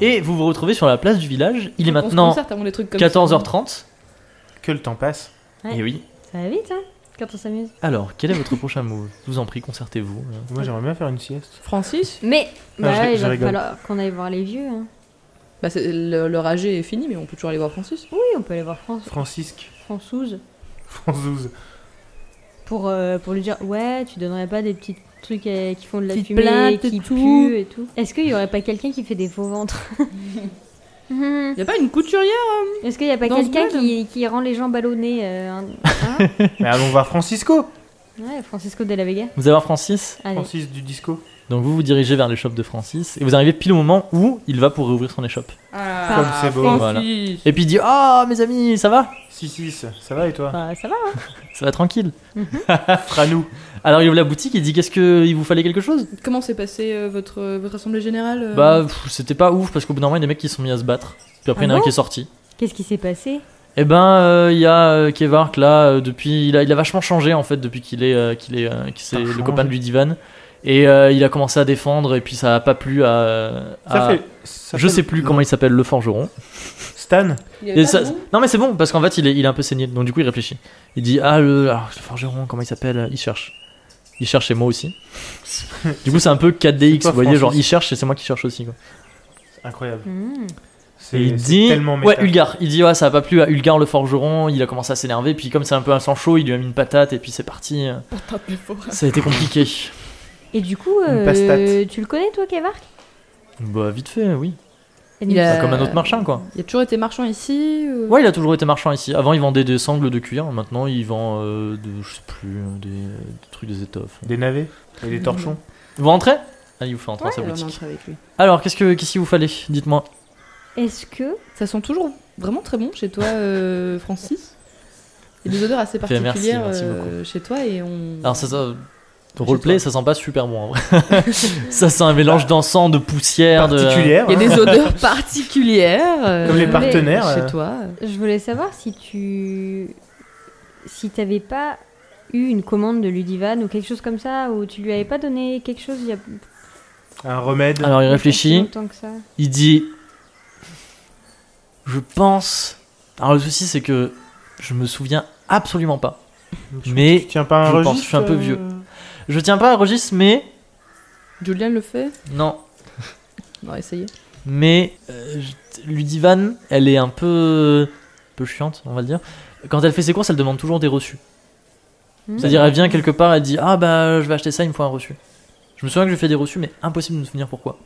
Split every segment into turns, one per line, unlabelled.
Et vous vous retrouvez sur la place du village. Il est
On se
maintenant
concerte avant des trucs comme ça. hein.
14h30.
Que le temps passe.
Et oui.
Ça va vite, hein, quand on s'amuse.
Alors, quel est votre prochain move Je vous en prie, concertez-vous.
Moi, j'aimerais bien faire une sieste.
Francis,
Mais
Ah,
bah,
je-
là, il
je
va
rigole.
falloir qu'on aille voir les vieux. hein.
bah, c'est- le, le ragé est fini, mais on peut toujours aller voir Francis.
Oui, on peut aller voir France,
Francisque,
Françoise
Franzouze.
pour, euh, pour lui dire Ouais, tu donnerais pas des petits trucs euh, qui font de la
Petites
fumée,
plaintes
qui
et tout.
puent et tout. Est-ce qu'il y aurait pas quelqu'un qui fait des faux ventres Hmm.
Y a pas une couturière
Est-ce qu'il y a pas
Dans ce
quelqu'un
bled
qui, qui rend les gens ballonnés euh, hein
Mais allons voir Francisco
Ouais, Francisco de la Vega.
Vous allez voir Francis.
Allez.
Francis du disco.
Donc vous vous dirigez vers l'échoppe de Francis. Et vous arrivez pile au moment où il va pour réouvrir son échoppe.
ah,
Comme c'est beau.
Francis
Et puis il dit Ah, mes amis, ça va
6-6, ça va et toi
Bah, ça va.
Ça va tranquille.
Franou.
Alors il ouvre la boutique, il dit Qu'est-ce que. Il vous fallait quelque chose
Comment s'est passée euh, votre, euh, votre assemblée générale euh
Bah, pff, c'était pas ouf parce qu'au bout d'un moment, il y a des mecs qui se sont mis à se battre. Puis après,
Ah
il y en a un
bon
qui est sorti.
Qu'est-ce qui s'est passé
Eh ben, euh, il y a euh, Kevark là, euh, depuis, il a, il a vachement changé en fait depuis qu'il est, euh, qu'il est, euh, qu'il c'est
T'as
le
changé.
copain de Ludivan. Et euh, il a commencé à défendre et puis ça a pas plu à.
Ça
à-
fait. ça
Ah, je
fait-
sais plus comment il s'appelle, le forgeron.
Stan
Il y avait
Et
pas
ça-
de nom
non mais c'est bon parce qu'en fait il est, il est un peu saigné, donc du coup il réfléchit. Il dit ah le, alors, le forgeron comment il s'appelle Il cherche. Il cherche et moi aussi. du coup c'est un peu 4DX,
C'est pas
vous voyez genre
Francis.
il cherche et c'est moi qui cherche aussi. Quoi.
Incroyable.
Hmm.
C'est
Et il
c'est
dit
tellement méta.
ouais Ulgar, il dit ouais ça a pas plu à Ulgar le forgeron, il a commencé à s'énerver puis comme c'est un peu un sang chaud il lui a mis une patate et puis c'est parti.
Putain, mais faut-
Ça a été compliqué.
Et du coup,
Une
euh,
pastate.
tu le connais toi, Kevark
bah vite fait, oui.
Il a-
Bah, comme un autre marchand quoi.
Il y a toujours été marchand ici ou-
Ouais, il a toujours été marchand ici. Avant il vendait des sangles de cuir, maintenant il vend euh, de, je sais plus, euh, des, des trucs des étoffes.
Des navets et des torchons.
Vous rentrez Allez, vous fait entrer
Ouais,
dans sa
on
boutique.
entre avec lui.
Alors qu'est-ce que qu'est-ce qu'il vous fallait Dites-moi.
Est-ce que
Ça sent toujours vraiment très bon chez toi, euh, Francis. Il y a des odeurs assez
Fais,
particulières
merci, merci
euh, chez toi et on.
Alors ça, ça
Chez
roleplay, ça sent pas super bon. En vrai. ça sent un mélange d'encens, de poussière, de.
Particulière.
Il y a
hein.
des odeurs particulières. euh,
Comme les
Mais-
partenaires.
Chez
euh,
toi.
je voulais savoir si tu si t'avais pas eu une commande de Ludivan ou quelque chose comme ça ou tu lui avais pas donné quelque chose il y a
Un remède.
euh, Alors il
pas si
réfléchit.
longtemps que ça.
Il dit Je pense. Alors le souci c'est que je me souviens absolument pas. Mais
Tu tiens pas un
je pense,
registre
je suis un peu
euh,
vieux. je tiens pas un registre, mais
Julien le fait
non.
On va essayer.
Mais euh, je- Ludivan, elle est un peu un peu chiante, on va le dire. Quand elle fait ses courses, elle demande toujours des reçus.
Hmm.
C'est-à-dire, elle vient quelque part, elle dit Ah bah je vais acheter ça, il me faut un reçu. Je me souviens que je fais des reçus, mais impossible de me souvenir pourquoi.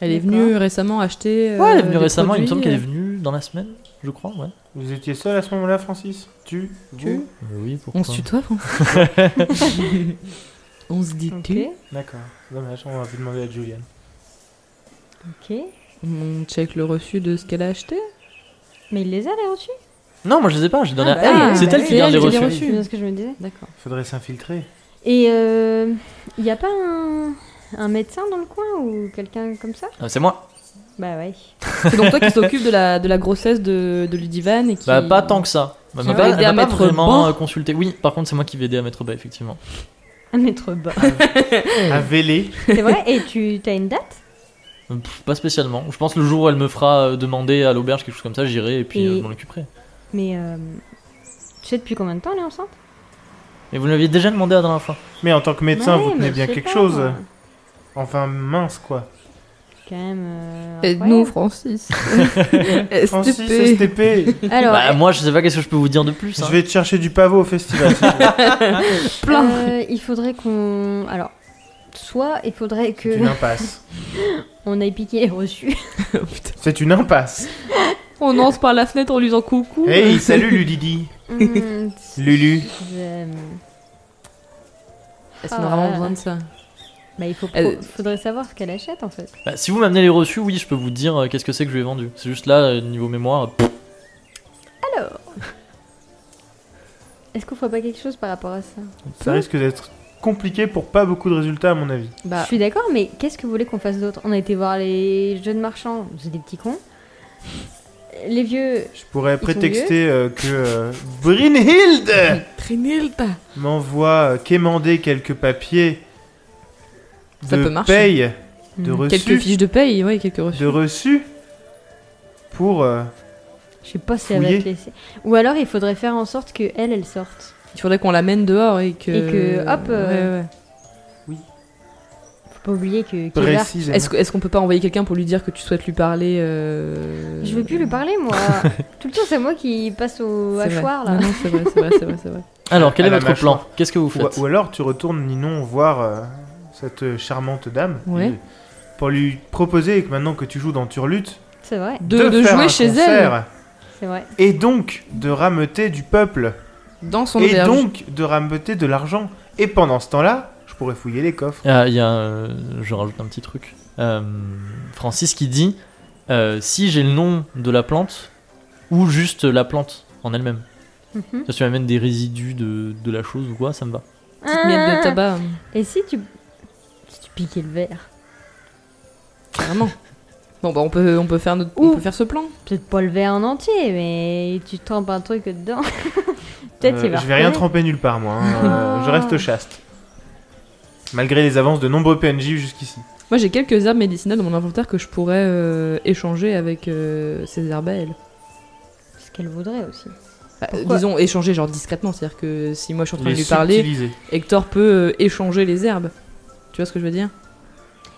Elle est
D'accord.
venue récemment acheter. euh,
Ouais, elle est venue
des
récemment, il me semble
produits,
qu'elle est venue dans la semaine, je crois, ouais.
Vous étiez seul à ce moment-là, Francis Tu
Tu
Vous
Oui,
euh, On se tutoie, Francis. on se
ah,
dit
Ok,
tu.
D'accord. Dommage, on va plus demander à Julian.
ok.
On check le reçu de ce qu'elle a acheté.
Mais il les a les reçus
Non, moi je les ai pas, je les donne
Ah
à
bah
elle.
oui,
C'est
bah
elle
oui,
qui garde les
elle qui les
reçus.
reçus.
C'est bien ce que je me disais.
D'accord.
Faudrait s'infiltrer.
Et il euh, y a pas un, un médecin dans le coin ou quelqu'un comme ça
Ah, C'est moi.
Bah ouais.
C'est donc toi qui s'occupe de la, de la grossesse de, de Ludivan et qui.
Bah, pas tant que ça. Bah,
Qui
mais
va
pas-
aider
elle
à
m'a pas
mettre
vraiment
bas.
euh, consulté. Oui, par contre, c'est moi qui vais aider à mettre bas, effectivement.
Un mètre bas.
À Vélé.
C'est vrai Et tu as une date
Euh, pff, pas spécialement. Je pense le jour où elle me fera euh, demander à l'auberge quelque chose comme ça, j'irai et puis
Et-
euh, je m'en occuperai.
Mais euh, tu sais depuis combien de temps elle est enceinte
Mais vous me l'aviez déjà demandé la dernière fois.
Mais en tant que médecin,
Ouais,
vous
mais
tenez
je
bien
sais
quelque
pas,
chose.
moi.
Enfin, mince quoi.
Quand même. euh,
Aide-nous,
incroyable.
Francis.
Francis,
STP.
STP.
Alors, euh,
Bah, moi, je sais pas qu'est-ce que je peux vous dire de plus. hein.
Je vais te chercher du pavot au festival.
euh, il faudrait qu'on. Alors, soit il faudrait
C'est une
que
impasse.
on aille piquer les reçus.
C'est une impasse.
Oh, On lance par la fenêtre en lui disant coucou.
Hey, salut Ludidi.
Hmm,
Lulu.
je-
Est-ce qu'on
Ah.
a vraiment besoin de ça
Bah, il faut pro-
Elle-
faudrait savoir ce qu'elle achète en fait.
Bah, si vous m'amenez les reçus, oui, je peux vous dire euh, qu'est-ce que c'est que je lui ai vendu. C'est juste là, euh, niveau mémoire. pff,
Alors, est-ce qu'on ferait pas quelque chose par rapport à ça
Ça risque d'être compliqué pour pas beaucoup de résultats, à mon avis.
Je
Bah,
suis d'accord, mais qu'est-ce que vous voulez qu'on fasse d'autre On a été voir les jeunes marchands, c'est des petits cons. Les vieux,
Je pourrais
sont
prétexter euh, que euh, Brynhild
très nul, pas.
m'envoie euh, quémander quelques papiers
Ça
de
peut marcher.
paye de
Hmm.
Quelques
reçus,
fiches de paye, ouais, quelques reçus.
de reçus pour. euh,
Je sais pas si elle va
Fouiller.
être laissée. Ou alors il faudrait faire en sorte que elle, elle sorte.
Il faudrait qu'on l'amène dehors et que.
Et que, hop,
Ouais,
euh,
ouais.
Faut pas oublier que Kevlar-
précisément.
Est-ce que- est-ce qu'on peut pas envoyer quelqu'un pour lui dire que tu souhaites lui parler euh,
Je veux plus lui parler moi. Tout le temps c'est moi qui passe au
C'est vrai.
hachoir là.
Non, non, c'est vrai, c'est vrai, c'est vrai, c'est vrai.
Alors, quel
À
est
la
votre plan Qu'est-ce que vous
Ou,
faites
ou alors tu retournes, Ninon, voir euh, cette euh, charmante dame.
Ouais.
et- Pour lui proposer que maintenant que tu joues dans Turlute,
C'est vrai,
De, de
faire un
jouer chez elle
concert,
c'est vrai.
Et donc de rameuter du peuple.
dans son
Et
auberge.
donc de rameuter de l'argent. Et pendant ce temps-là, je pourrais fouiller les coffres.
Ah, Il y a, euh, je rajoute un petit truc. Euh, Francis qui dit euh, si j'ai le nom de la plante ou juste la plante en elle-même.
Mhm.
Si tu m'amènes des résidus de, de la chose ou quoi, ça me va.
Ah.
Petite miette de tabac.
Et si tu si tu piquais le verre,
Vraiment. Bon, bah, on peut, on peut, faire, notre,
Ouh.
on peut faire ce plan.
peut-être pas le verre en entier, mais tu trempes un truc dedans. peut-être
Euh,
il va.
je vais rien
reconnaître.
tremper nulle part, moi. hein. Euh,
Ah.
je reste chaste. Malgré les avances de nombreux PNJ jusqu'ici.
Moi, j'ai quelques herbes médicinales dans mon inventaire que je pourrais euh, échanger avec euh, ces herbes à elle.
Ce qu'elle voudrait aussi.
Bah,
Pourquoi
disons, échanger genre discrètement. C'est-à-dire que si moi je suis en train
Les
de lui parler,
subtiliser.
Hector peut euh, échanger les herbes. Tu vois ce que je veux dire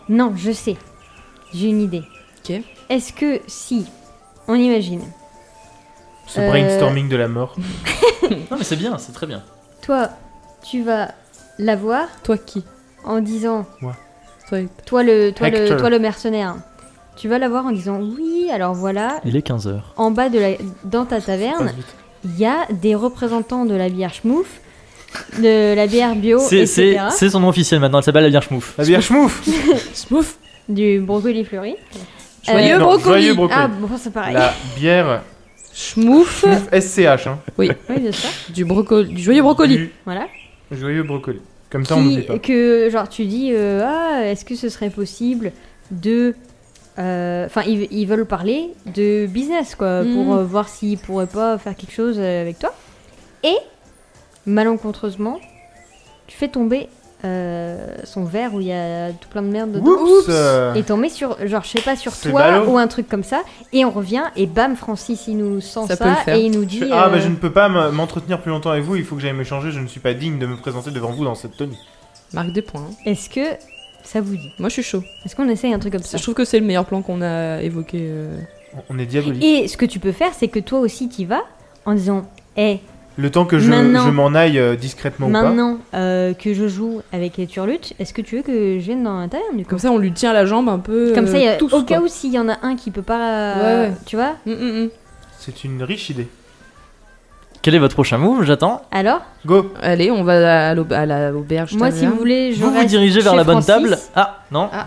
Non, je sais. J'ai une idée.
Ok.
Est-ce que si on imagine,
Ce
Euh,
brainstorming de la mort.
Non, mais c'est bien, c'est très bien.
toi, tu vas la voir
Toi qui
en disant
Toi,
toi le toi le
Hector.
toi le mercenaire. Tu vas la voir en disant oui, alors voilà,
Il est 15h.
en bas de la dans ta
Passe
Ah,
taverne,
vite.
il y a des représentants de la bière schmouf, de la bière bio,
C'est c'est-
etc.
c'est son nom officiel maintenant, elle s'appelle la bière schmouf.
La bière schmouf
Smouf
Du brocoli fleuri.
Joyeux
Euh,
non,
brocoli bah,
joyeux brocoli.
Ah bon, c'est pareil.
La bière
Schmouf
schmouf SCH. Hein.
Oui, bien sûr.
du, brocoli, du joyeux brocoli
Du
Voilà.
joyeux brocoli. Comme ça, on n'oublie
Qui,
pas.
que genre tu dis euh, ah est-ce que ce serait possible de euh, Enfin, ils, ils veulent parler de business, quoi,
Mhm.
Mm.
pour euh, voir s'ils pourraient pas faire quelque chose euh, avec toi. Et, malencontreusement, tu fais tomber euh, son verre où il y a tout plein de merde dedans.
Oups, euh,
Et t'en mets sur, genre, je sais pas, sur
C'est
toi
ballot.
ou un truc comme ça. Et on revient, et bam, Francis, il nous sent
Ça
ça,
peut le faire.
et il nous dit.
je fais, Ah, bah
euh,
je ne peux pas m- m'entretenir plus longtemps avec vous, il faut que j'aille me changer, je ne suis pas digne de me présenter devant vous dans cette tenue.
Marque des points. hein.
Est-ce que ça vous dit
Moi, je suis chaud.
Est-ce qu'on essaye un truc comme ça
Je trouve que c'est le meilleur plan qu'on a évoqué. euh.
On- On est diabolique.
Et ce que tu peux faire, c'est que toi aussi, t'y vas en disant Eh,
Le temps que je,
Maintenant.
je m'en aille euh, discrètement ou
Maintenant euh, que je joue avec les Turlutes, est-ce que tu veux que je vienne dans la taverne du coup
Comme ça, on lui tient la jambe un peu.
Comme ça, il y
euh,
a-
tous,
au
quoi.
cas où s'il y en a un qui peut pas, euh,
Ouais, ouais.
tu vois
Mm, mm, mm.
pas. C'est une riche idée.
Quel est votre prochain move J'attends.
Alors,
Go
Allez, on va à l'aube- à la- à l'auberge.
moi, si
taverne.
vous voulez, je
Vous vous
reste
dirigez vers
chez
la bonne
Francis.
table. Ah, non
Ah.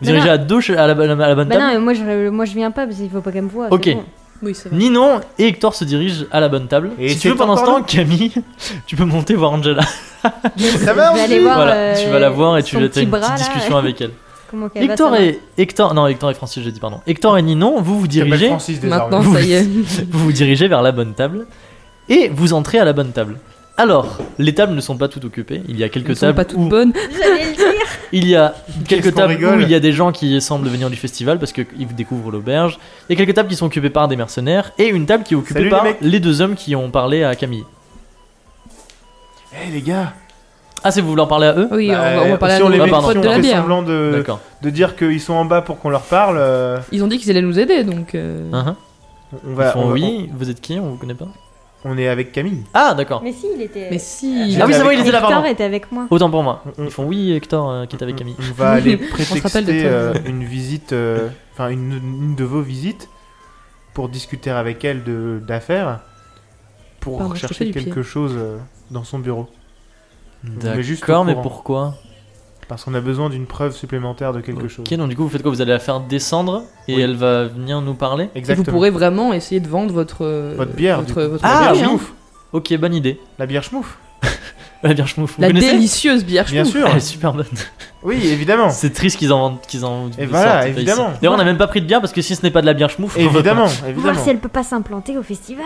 Vous dirigez à deux chez- à la, à la- à la bonne
Bah non,
table.
mais moi je, moi je viens pas parce qu'il faut pas qu'elle me voie.
Ok.
c'est bon.
Oui, c'est vrai.
Ninon et Hector se dirigent à la bonne table.
Et
si
c'est
tu veux pendant ce
encore
temps, Camille, tu peux monter voir Angela.
Ça va
Je vais aller
Angie
voir.
voilà,
euh,
tu vas la voir et tu
son
as une
petit
petite
bras, là,
discussion avec elle.
Comment qu'elle va,
Hector
ça va
et Hector, non Hector et Francis, j'ai dit pardon. Hector et Ninon, vous vous
Je t'appelle
dirigez,
Francis désormais.
Maintenant,
Vous-
ça y est.
vous vous dirigez vers la bonne table et vous entrez à la bonne table. Alors, les tables ne sont pas toutes occupées. Il y a
Elles
quelques
sont
tables
pas toutes
où
bonnes.
J'allais le dire.
Il y a quelques
qu'on
tables où
rigole
il y a des gens qui semblent venir du festival parce qu'ils découvrent l'auberge. Il y a quelques tables qui sont occupées par des mercenaires et une table qui est occupée
Salut les
par les,
mecs.
deux hommes qui ont parlé à Camille.
Eh les gars
Ah, c'est vous voulez en parler à eux
Oui,
Bah,
on va, on va parler
si
à
on
nos
les
Ah,
met,
pardon.
potes
si on
de la
fait
bière.
semblant de,
D'accord.
de dire qu'ils sont en bas pour qu'on leur parle, euh,
Ils ont dit qu'ils allaient nous aider, donc. euh,
Hein, hein.
on
Ils
va.
font
Bah, on va-
oui, vous êtes qui On vous connaît pas
on est avec Camille.
Ah, d'accord.
Mais si, il était.
Mais si.
Ah oui, c'est
vrai, il était là,
Hector
pardon.
était avec moi.
Autant pour moi.
On-
Ils font oui, Hector euh, qui est avec Camille.
On va aller
On se rappelle de
prétexter
toi.
euh, une visite, euh, enfin une, une de vos visites, pour discuter avec elle de- d'affaires, pour
Pardon, je te fais
chercher
du pied.
quelque chose euh, dans son bureau. Mais juste au
D'accord, mais
courant.
pourquoi
Parce qu'on a besoin d'une preuve supplémentaire de quelque
Ok,
chose.
donc du coup, vous faites quoi Vous allez la faire descendre et
Oui.
elle va venir nous parler
Et vous
Exactement.
pourrez vraiment essayer de vendre votre. euh,
Votre bière, du
Votre, votre
Ah,
bière,
La
oui,
bière
hein.
schmouf.
Ok, bonne idée.
La bière schmouf.
La bière schmouf, vous
La
connaissez
délicieuse bière
Bien
schmouf.
sûr.
Elle est super bonne.
Oui, évidemment.
C'est triste qu'ils en vendent. Qu'ils en
Et voilà,
sortent pas ici.
évidemment.
D'ailleurs, on n'a même pas pris de bière parce que si ce n'est pas de la bière schmouf, on va pas-
Évidemment,
Pour voir
évidemment.
si elle peut pas s'implanter au festival.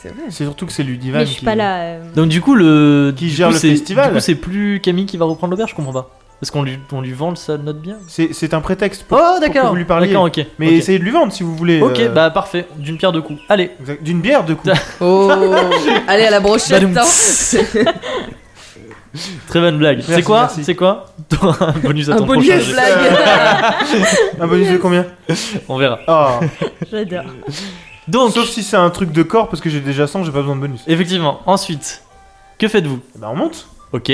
C'est vrai.
C'est surtout que c'est Ludivan
Mais je suis
qui...
pas là. euh,
Ah, Donc du coup le
Qui
du
gère
coup,
le
c'est-
festival.
Du coup c'est plus Camille qui va reprendre l'auberge, je comprends pas. Parce Parce qu'on lui, on lui vend ça de notre bien.
C'est c'est un prétexte pour,
Oh,
pour que
d'accord.
vous lui parliez.
D'accord, ok.
Mais
ok.
essayez de lui vendre si vous voulez.
Ok,
euh,
bah parfait. D'une pierre deux coups. Allez.
exact- D'une bière, de coup.
Oh Allez à la brochette
Badoum.
hein.
Bah, Très bonne blague.
Merci,
C'est quoi
merci.
C'est quoi Un bonus à
Un
ton
bonus
prochain
de
jet.
blague
Un bonus de combien
On verra.
Ah.
J'adore.
Donc,
Sauf si c'est un truc de corps, parce que j'ai déjà 100, j'ai pas besoin de bonus.
effectivement, ensuite, que faites-vous
Bah on monte.
Ok.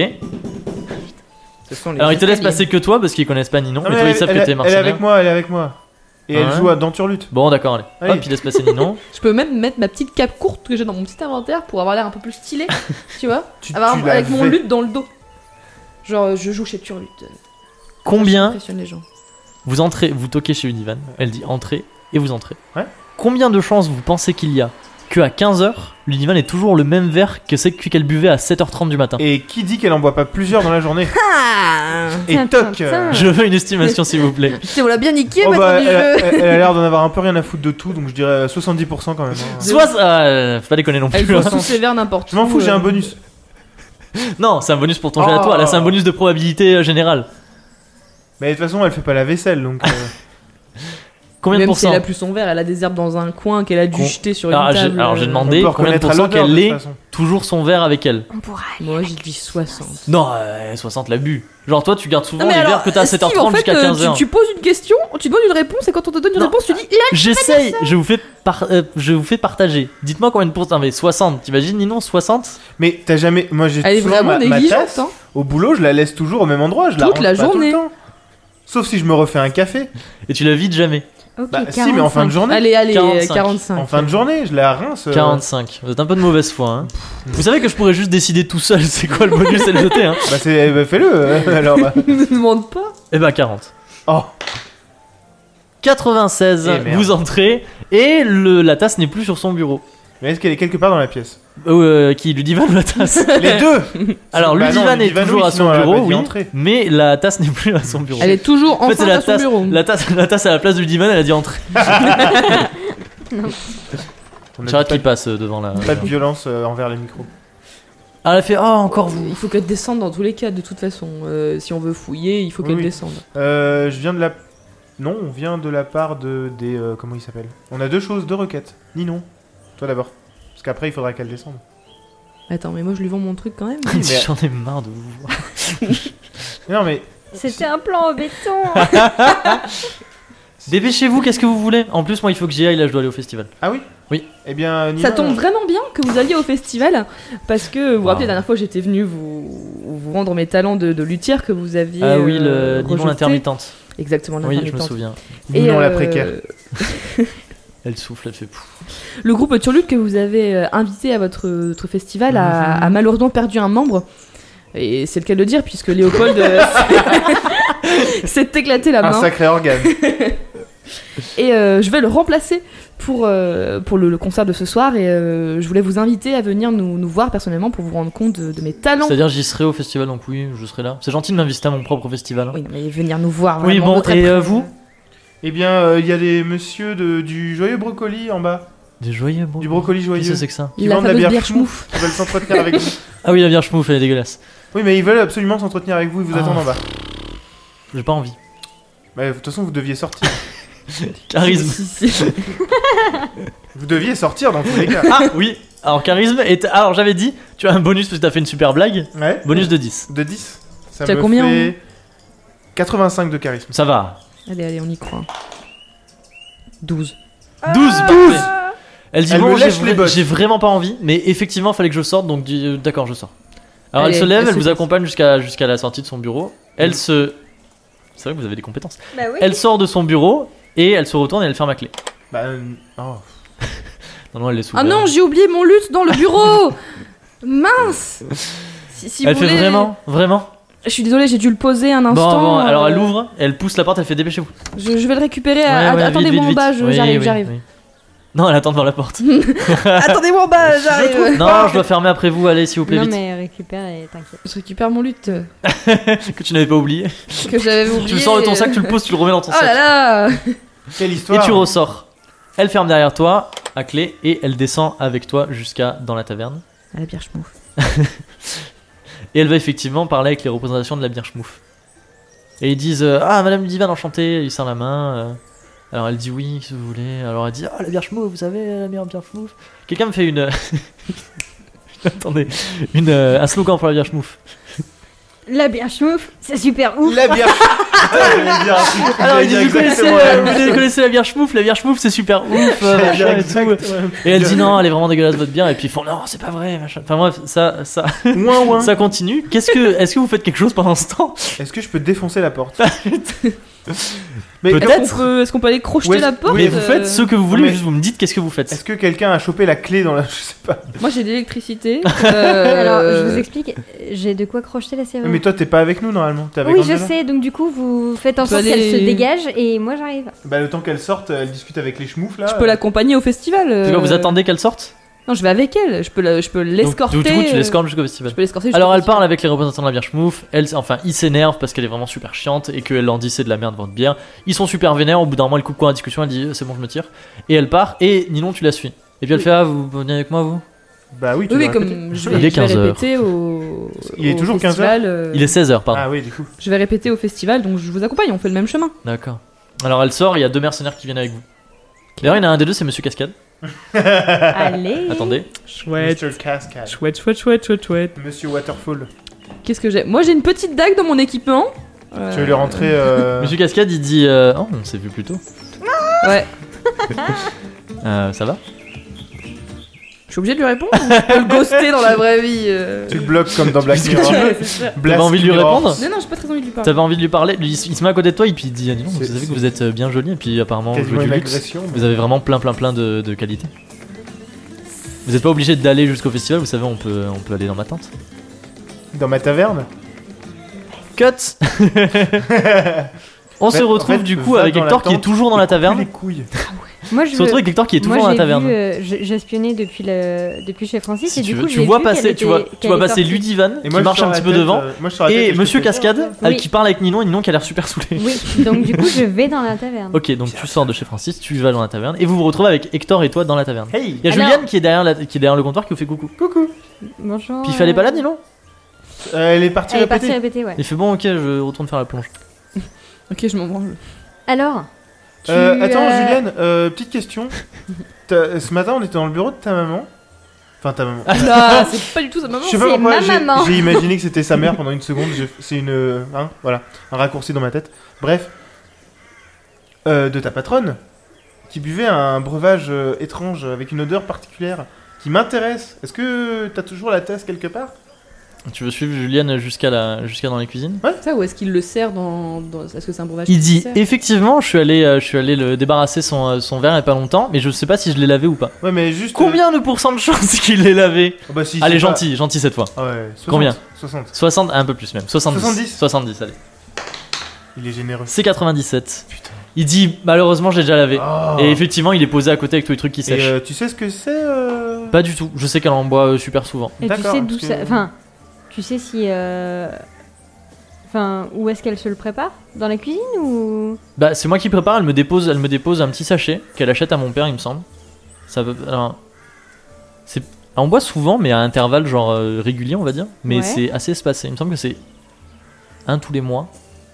Ce sont les
Alors, ils te laissent
escaliers.
passer que toi parce qu'ils connaissent pas Ninon.
Ah,
mais
mais
toi,
elle,
ils savent
elle-
que t'es
elle est avec
mercenaire.
moi, elle est avec moi. Et elle
Ouais.
joue à Denturlute.
Bon, d'accord, allez.
Allez.
Hop, ils laissent passer Ninon.
Je peux même mettre ma petite cape courte que j'ai dans mon petit inventaire pour avoir l'air un peu plus stylé, tu vois
Tu,
Avoir-
tu
Ah bah, Avec mon
l'avais.
lutte dans le dos. Genre, euh, je joue chez Turlute.
Combien
Impressionne les gens.
vous entrez, vous toquez chez Univan. Elle dit entrez et vous entrez.
Ouais.
Combien de chances vous pensez qu'il y a que à 15h, l'Univan est toujours le même verre que c'est qu'elle buvait à 7h30 du matin
Et qui dit qu'elle en boit pas plusieurs dans la journée
Tiens,
Et toc
tiens,
euh,
tiens.
Je veux une estimation, s'il vous plaît.
Ah Putain, on l'a bien niqué,
oh,
maître
bah,
du
elle,
jeu
elle- elle a l'air d'en avoir un peu rien à foutre de tout, donc je dirais euh, 70% quand même. hein.
Soit. ah, euh, faut pas déconner non
Elle
plus. hein.
pense tous ses verres n'importe où.
Je m'en fous, j'ai
euh.
un bonus.
Non, c'est un bonus pour ton jet à
Oh.
toi. Là, c'est un bonus de probabilité euh, générale.
Mais de toute façon, elle fait pas la vaisselle, donc. euh,
Combien de
Même si
pourcents
elle a plus son verre, elle a des herbes dans un coin qu'elle a dû
Con-
jeter sur une
Alors, j'ai-
table.
alors, j'ai
euh.
on
demandé
peut
combien de
reconnaître à
pourcents
l'odeur
qu'elle
de toute
est
façon.
toujours son verre avec elle.
On pourra aller.
Moi, j'ai dit 60.
Non, euh, 60 l'abus. Genre, toi, tu gardes souvent
Non, mais
les
alors,
verres que t'as à
Steve,
7h30
en fait,
jusqu'à
euh,
15h.
Tu, tu poses une question, tu demandes une réponse, et quand on te donne une
Non.
réponse, tu dis
J'essaye, je vous fais par- euh, je vous fais partager. Dites-moi combien de pourcents. Non, mais 60, t'imagines, Ninon, 60
Mais t'as jamais. Moi, j'ai
Ah, Elle est
toujours
vraiment
ma, ma
négligente,
tasse.
hein.
Au boulot, je la laisse toujours au même endroit. Je la
Toute
range
la
pas
journée.
Tout le temps. Sauf si je me refais un café.
Et tu la vides jamais.
Ok,
Bah, si, mais en fin de
45.
journée.
Allez, allez, euh,
45.
45.
En fin de journée, je la rince. euh,
45. Vous êtes un peu de mauvaise foi, hein. Vous savez que je pourrais juste décider tout seul c'est quoi le bonus et le jeter, hein.
Bah, c'est- bah, fais-le. euh, alors. bah.
ne demande pas.
Eh ben, 40.
Oh,
96,
Eh, merde.
vous entrez et le, la tasse n'est plus sur son bureau.
mais est-ce qu'elle est quelque part dans la pièce
Euh, qui lui dit va la tasse
Les deux
Alors,
Bah non,
Ludivan est
Ludivan,
toujours
oui,
à
sinon
son
elle a pas
bureau,
dit
oui,
entrer.
mais la tasse n'est plus à son bureau.
Elle est toujours
fait, c'est
enceinte
la
à son
tasse-
bureau.
La tasse, la tasse à la place de Ludivan, elle a dit entrer.
On a
Charlotte
pas,
qui passe euh, devant la.
pas de violence euh, envers les micros.
Ah, elle a fait Oh, encore vous
Il faut qu'elle descende dans tous les cas, de toute façon. Euh, si on veut fouiller, il faut
Oui,
qu'elle
oui.
descende.
Euh, je viens de la. Non, on vient de la part de des. euh, comment il s'appelle On a deux choses, deux requêtes. Ni non. Toi d'abord. Parce qu'après, il faudra qu'elle descende.
Attends, mais moi je lui vends mon truc quand même.
mais-
J'en ai marre de vous voir.
Non, mais
C'était un plan en béton.
Dépêchez-vous, qu'est-ce que vous voulez En plus, moi, il faut que j'y aille, là, je dois aller au festival.
Ah oui
Oui.
Eh bien, Nina,
Ça tombe vraiment bien que vous alliez au festival parce que vous vous rappelez
Wow.
la dernière fois j'étais venue vous, vous rendre mes talents de, de luthière que vous aviez.
Ah oui,
euh,
le Ninon
rejeté.
l'intermittente.
Exactement
Oui, je me
l'intermittente.
souviens.
Et,
Ninon la
euh,
précaire.
Elle souffle, elle fait pouf.
Le groupe Turlude que vous avez euh, invité à votre, votre festival a,
Mhm.
a malheureusement perdu un membre. Et c'est le cas de le dire puisque Léopold euh, s'est éclaté la
Un
main.
sacré organe.
Et euh, je vais le remplacer pour, euh, pour le, le concert de ce soir. Et euh, je voulais vous inviter à venir nous, nous voir personnellement pour vous rendre compte de, de mes talents.
C'est-à-dire, j'y serai au festival, donc oui, je serai là. C'est gentil de m'inviter à mon propre festival. hein.
Oui, mais venir nous voir.
Oui,
vraiment,
bon,
votre
et,
après-
euh, vous
eh bien, euh, il y a des messieurs de, du joyeux brocoli en bas.
Des joyeux, bon.
Du brocoli joyeux.
Qu'est-ce que c'est que ça
Qui
La
vendent la
fameuse
bière
bière
schmouf.
schmouf.
Ils veulent s'entretenir avec vous.
Ah oui, la bière schmouf, elle est dégueulasse.
Oui, mais ils veulent absolument s'entretenir avec vous. Ils vous
Ah.
attendent en bas.
J'ai pas envie.
Mais de toute façon, vous deviez sortir.
Charisme.
Si, si.
Vous deviez sortir dans tous les cas.
Ah oui Alors, charisme est. Alors, j'avais dit, tu as un bonus parce que t'as fait une super blague.
Ouais.
Bonus de 10.
De 10. Ça
T'as
me
combien,
fait 85 de charisme.
Ça va.
allez, allez, on y croit. 12.
12 parfait. Ah. Elle dit
Elle me
bon, j'ai
lèche les
vra-
bottes.
j'ai vraiment pas envie, mais effectivement, fallait que je sorte, donc du- euh, d'accord, je sors. Alors elle
Allez,
se lève,
elle
elle
se
vous
casse.
accompagne jusqu'à jusqu'à la sortie de son bureau. Elle se, c'est vrai que vous avez des compétences.
Bah oui.
Elle sort de son bureau et elle se retourne et elle ferme la clé.
Bah, euh, oh.
Non non, elle laisse
Ah
ouverte.
non, j'ai oublié mon luth dans le bureau Mince si, si
elle
vous
fait
voulez-
vraiment, vraiment.
Je suis désolée, j'ai dû le poser un
Bon,
instant.
bon, alors elle
euh,
ouvre, elle pousse la porte, elle fait dépêchez-vous.
Je, je vais le récupérer.
Ouais,
à-
ouais, vite,
Attendez-moi
vite,
en
vite.
bas, je-
Oui,
j'arrive,
oui,
j'arrive.
oui. Non, elle attend devant la porte.
Attendez-moi en bas, j'arrive.
non, je dois fermer après vous, allez s'il vous plaît
Non,
vite.
mais récupère et t'inquiète.
Je récupère mon luth euh,
Que tu n'avais pas oublié.
que j'avais oublié.
Tu le sors de ton sac, tu le poses, tu le remets dans ton
Oh
sac.
là là
Quelle
Et
histoire
tu ressors. Elle ferme derrière toi, à clé, et elle descend avec toi jusqu'à dans la taverne.
À la bière schmouf.
Et elle va effectivement parler avec les représentations de la bière schmouf. Et ils disent euh, Ah, Madame Divane, enchantée, il serre la main. euh. alors elle dit Oui, si vous voulez. Alors elle dit Ah, la bière schmouf, vous savez, la bière bière schmouf. Quelqu'un me fait une. Attendez, une, euh, un slogan pour la bière schmouf.
La bière schmouf, c'est super ouf.
La bière. J'allais dire un truc, Ah, j'allais
Alors il dit
dire
Vous connaissez,
exactement la
euh,
même chose.
vous connaissez la bière schmouf La bière schmouf, c'est super ouf. euh,
J'allais dire
machin et tout.
exactement la même
Et elle dit non, elle est vraiment dégueulasse votre bière. Et puis ils font non, c'est pas vrai. Machin. Enfin bref, ça, ça,
chose. Ouin, ouin.
ça continue. Qu'est-ce que, est-ce que vous faites quelque chose pendant ce temps
Est-ce que je peux défoncer la porte Mais
Peut-être.
Est-ce qu'on peut, est-ce qu'on peut aller crocheter
Ouais,
la porte euh,
oui,
Mais vous faites ce que vous voulez.
mais-
Juste vous me dites qu'est-ce que vous faites.
Est-ce que quelqu'un a chopé la clé dans la. Je sais pas.
Moi j'ai de l'électricité. euh,
Alors, je vous explique, j'ai de quoi crocheter la serrure.
Mais toi, t'es pas avec nous normalement. T'es avec
Mm. oui, je
Angela.
sais, donc du coup, vous faites en
peut
sorte
aller-
qu'elle se dégage et moi j'arrive.
Bah, le temps qu'elle sorte, elle discute avec les schmoufs là.
Je peux l'accompagner au festival.
C'est
euh,
quoi, Vous attendez qu'elle sorte
Non, je vais avec elle. Je peux, la- je peux
Donc,
l'escorter.
Du coup, tu
euh,
l'escortes jusqu'au festival.
Je peux l'escorter.
Alors elle
jusqu'au
parle avec les représentants de la bière schmouf, elle, enfin ils s'énervent parce qu'elle est vraiment super chiante et qu'elle leur dit c'est de la merde votre bière. Ils sont super vénères, au bout d'un moment elle coupe quoi la discussion, elle dit euh, c'est bon je me tire. Et elle part et Ninon tu la suis. Et puis elle
Oui.
fait ah vous venez avec moi vous
Bah oui, tu
Oui,
dois
oui, comme
répéter.
je
Il
vais,
est
je vais
15 heures.
répéter au.
Il est
au
toujours 15
festival, euh,
Il est 16h pardon.
Ah oui, du coup.
Je vais répéter au festival, donc je vous accompagne, on fait le même chemin.
Ah.
D'accord. Alors elle sort, il y a deux mercenaires qui viennent avec vous. D'ailleurs il y en a un des deux c'est Monsieur Cascade.
Allez.
Attendez.
Chouette,
Mr. Cascade.
chouette, chouette, chouette, chouette, chouette.
Monsieur Waterfall.
Qu'est-ce que j'ai Moi j'ai une petite dague dans mon équipement. Euh,
Tu veux lui rentrer. euh,
Monsieur Cascade il dit euh, oh on s'est vu plus tôt.
Ouais.
Euh, ça va
Je suis obligée de lui répondre ou je peux le ghoster dans la vraie vie euh
Tu le bloques comme dans Black Mirror.
Ouais, c'est ça.
T'avais envie de lui répondre
Non, non, j'ai pas très envie de lui parler.
T'avais envie de lui parler Lui, Il se il se met à côté de toi et puis il dit ah, Ninon vous
C'est-
savez que
c'est-
vous êtes euh, bien jolie et puis apparemment vous
Quasiment
jouez
une
du luxe.
agression. mais-
Vous avez vraiment plein plein plein de, de qualités. Vous n'êtes pas obligé d'aller jusqu'au festival, vous savez, on peut, on peut aller dans ma tente.
Dans ma taverne
Cut On se
Ouais, en
retrouve
fait,
du coup
va
avec
dans la
Hector qui est
tente
toujours dans la taverne.
Les couilles.
Moi je
Se retrouve avec Hector qui est toujours
moi,
dans la
j'ai
taverne.
vu, euh, je- j'espionnais depuis, le... depuis chez Francis
si
et
tu
du
veux,
coup
tu
j'ai
vois
vu
passer,
qu'elle
tu vois,
était-
tu
qu'elle
vois
est
passer
sortie.
Ludivan
Et moi,
qui
je
marche
sors
un
la
petit peu
tête,
devant
euh, moi, je sors la tête
et
je
Monsieur
fais- Ah,
Cascade
Oui.
euh, qui parle avec Ninon et Ninon qui a l'air super saoulée.
Oui, donc du coup je vais dans la taverne.
Ok, donc tu sors de chez Francis, tu vas dans la taverne et vous vous retrouvez avec Hector et toi dans la taverne.
Hey
Il y a
Alors-
Juliane qui est derrière, la- qui est derrière le comptoir qui vous fait coucou.
Coucou
Bonjour.
Puis il fallait pas là,
euh,
Ninon
Euh, Elle est partie
Elle est partie
répéter.
répéter, ouais.
Il fait bon, ok, je retourne faire la plonge.
Ok, je m'en branle.
Alors tu,
Euh, attends,
euh,
Julienne, euh, petite question. T'as- Ce matin, on était dans le bureau de ta maman. Enfin, ta maman.
Là, Ah, c'est pas du tout sa maman.
Je sais pas
c'est
pourquoi
ma
j'ai-
maman.
j'ai imaginé que c'était sa mère pendant une seconde. je- C'est une, euh, hein, voilà, un raccourci dans ma tête. Bref, Euh, de ta patronne qui buvait un breuvage euh, étrange avec une odeur particulière qui m'intéresse. Est-ce que t'as toujours la tasse quelque part
Tu veux suivre Juliane jusqu'à la... jusqu'à dans les cuisines
Ça, ou est-ce qu'il le sert dans. dans- Est-ce que c'est un breuvage
Il
qu'il
dit
sert
effectivement, je suis allé, euh, je suis allé le débarrasser son, euh, son verre il y a pas longtemps, mais je sais pas si je l'ai lavé ou pas.
Ouais, mais juste.
Combien de pourcents de chances qu'il l'ait lavé
euh, oh, bah, si,
Allez,
c'est pas-
gentil, gentil cette fois.
Ah ouais, 60,
Combien
60.
60, un peu plus même. 70.
70.
70, allez.
Il est généreux.
C'est 97.
Putain.
Il dit malheureusement, j'ai déjà lavé.
Oh.
Et effectivement, il est posé à côté avec tous les trucs qui
Et,
sèchent.
euh, tu sais ce que c'est euh,
Pas du tout. Je sais qu'elle en boit euh, super souvent.
Et tu
D'accord,
sais d'où
parce
ça.
que-
Enfin, tu sais si. euh, Enfin, où est-ce qu'elle se le prépare Dans la cuisine ou.
Bah, c'est moi qui prépare, elle me dépose, elle me dépose un petit sachet qu'elle achète à mon père, il me semble. Ça veut alors c'est on boit souvent mais à intervalles genre euh, réguliers, on va dire, mais
Ouais.
c'est assez espacé. Il me semble que c'est un tous les mois.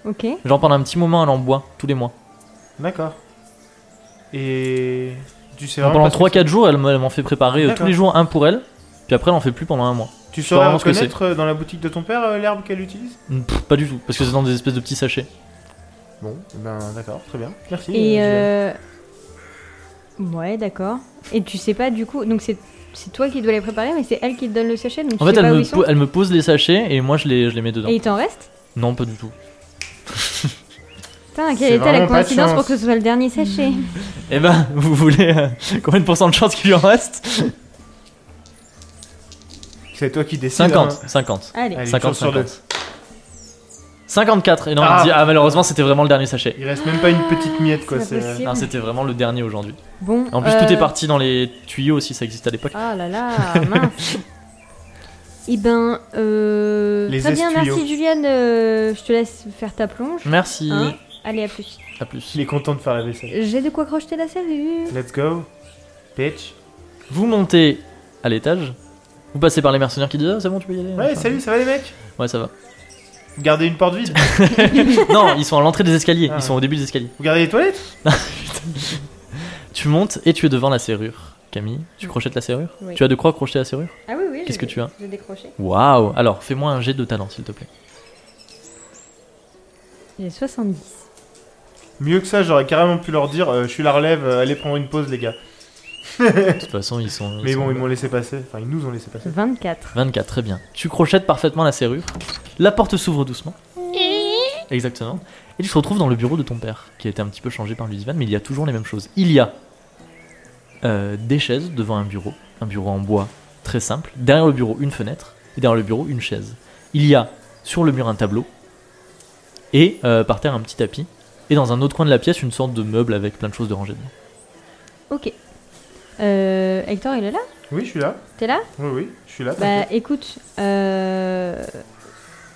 Ok.
Genre pendant un petit moment, elle en boit tous les mois.
D'accord. Et tu sais
Genre,
vraiment
pendant
pas ce
3
Ah que
4 jours, elle me- elle m'en fait préparer
Ah,
euh, tous
D'accord.
les jours un pour elle, puis après elle en fait plus pendant un mois.
c'est. Tu
sais pas
saurais
vraiment ce que c'est.
reconnaître euh, dans la boutique de ton père euh, l'herbe qu'elle utilise
Mm, pff, pas du tout parce que c'est dans des espèces de petits sachets.
Bon, eh ben d'accord, très bien. Merci.
Et.
euh,
euh, Ouais, d'accord. Et tu sais pas du coup. Donc c'est. C'est toi qui dois les préparer, mais c'est elle qui te donne le sachet, donc
En
tu
fait,
sais
elle
pas où
me,
ils sont.
po- elle me pose les sachets et moi je les, je les mets dedans.
Et il t'en reste
Non, pas du tout.
Putain,
C'est
quelle était la
vraiment pas de
coïncidence
chance.
pour que ce soit le dernier sachet
Eh ben, vous voulez euh, combien de pourcents de chance qu'il lui en reste
Juliette. C'est toi qui décides.
50,
hein.
50.
Allez.
Allez, une
50,
chance sur deux.
50. 54. Et non,
Ah.
il dit, ah malheureusement, c'était vraiment le dernier sachet.
Il reste même pas une petite miette quoi.
C'est pas
c'est- euh,
possible.
Non, c'était vraiment le dernier aujourd'hui.
Bon.
En plus,
euh,
tout est parti dans les tuyaux aussi, ça existe à l'époque.
Ah là là, mince. Eh ben, euh,
Les
très bien,
estuyaux.
merci Juliane. euh, je te laisse faire ta plonge.
Merci.
Hein Allez, à plus.
à plus.
Il est content de faire la vaisselle.
J'ai de quoi crocheter la serrure.
Let's go. Pitch.
Vous montez à l'étage. Vous passez par les mercenaires qui disent, Ah, c'est bon, tu peux y aller.
Ouais,
Enfin,
salut, ça va les mecs
Ouais, ça va.
Gardez une porte vide.
non, ils sont à l'entrée des escaliers,
Ah.
ils sont au début des escaliers.
Vous gardez les toilettes
Tu montes et tu es devant la serrure. Camille, tu crochettes la serrure
Oui.
Tu as de quoi crocheter la serrure
Ah oui, oui.
Qu'est-ce
j'ai-
que tu as
J'ai décroché.
Waouh Alors, fais-moi un jet de talent, s'il te plaît.
J'ai 70.
Mieux que ça, j'aurais carrément pu leur dire euh, je suis la relève, euh, allez prendre une pause, les gars.
De toute façon, ils sont.
Mais
sont-
bon, ils m'ont laissé passer. Enfin, ils nous ont laissé passer.
24.
24, très bien. Tu crochettes parfaitement la serrure. La porte s'ouvre doucement. Exactement. Et tu te retrouves dans le bureau de ton père, qui a été un petit peu changé par Ludivan, mais il y a toujours les mêmes choses. Il y a euh, des chaises devant un bureau, un bureau en bois très simple. Derrière le bureau, une fenêtre. Et derrière le bureau, une chaise. Il y a sur le mur un tableau. Et euh, par terre, un petit tapis. Et dans un autre coin de la pièce, une sorte de meuble avec plein de choses de rangées dedans.
Ok. Euh, Hector, il est là
Oui, je suis là.
T'es là
Oui, oui, je suis là.
Bah
t'inquiète.
écoute, euh,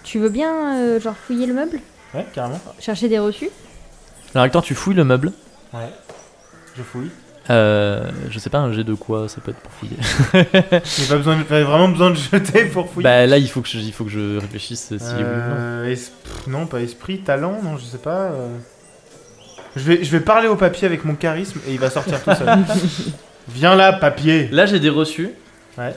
tu veux bien euh, genre fouiller le meuble
Ouais, carrément.
Chercher des reçus
Alors, Hector, tu fouilles le meuble.
Ouais. Je fouille.
Euh, je sais pas un jet de quoi ça peut être pour fouiller.
J'ai pas besoin de... j'avais vraiment besoin de jeter pour fouiller.
Bah là, il faut que je, il faut que je réfléchisse si oui ou non.
Euh, es- pff, non, pas esprit, talent, non, je sais pas. euh. Je, vais, je vais parler au papier avec mon charisme et il va sortir tout seul. Viens là, papier
Là, j'ai des reçus.
Ouais.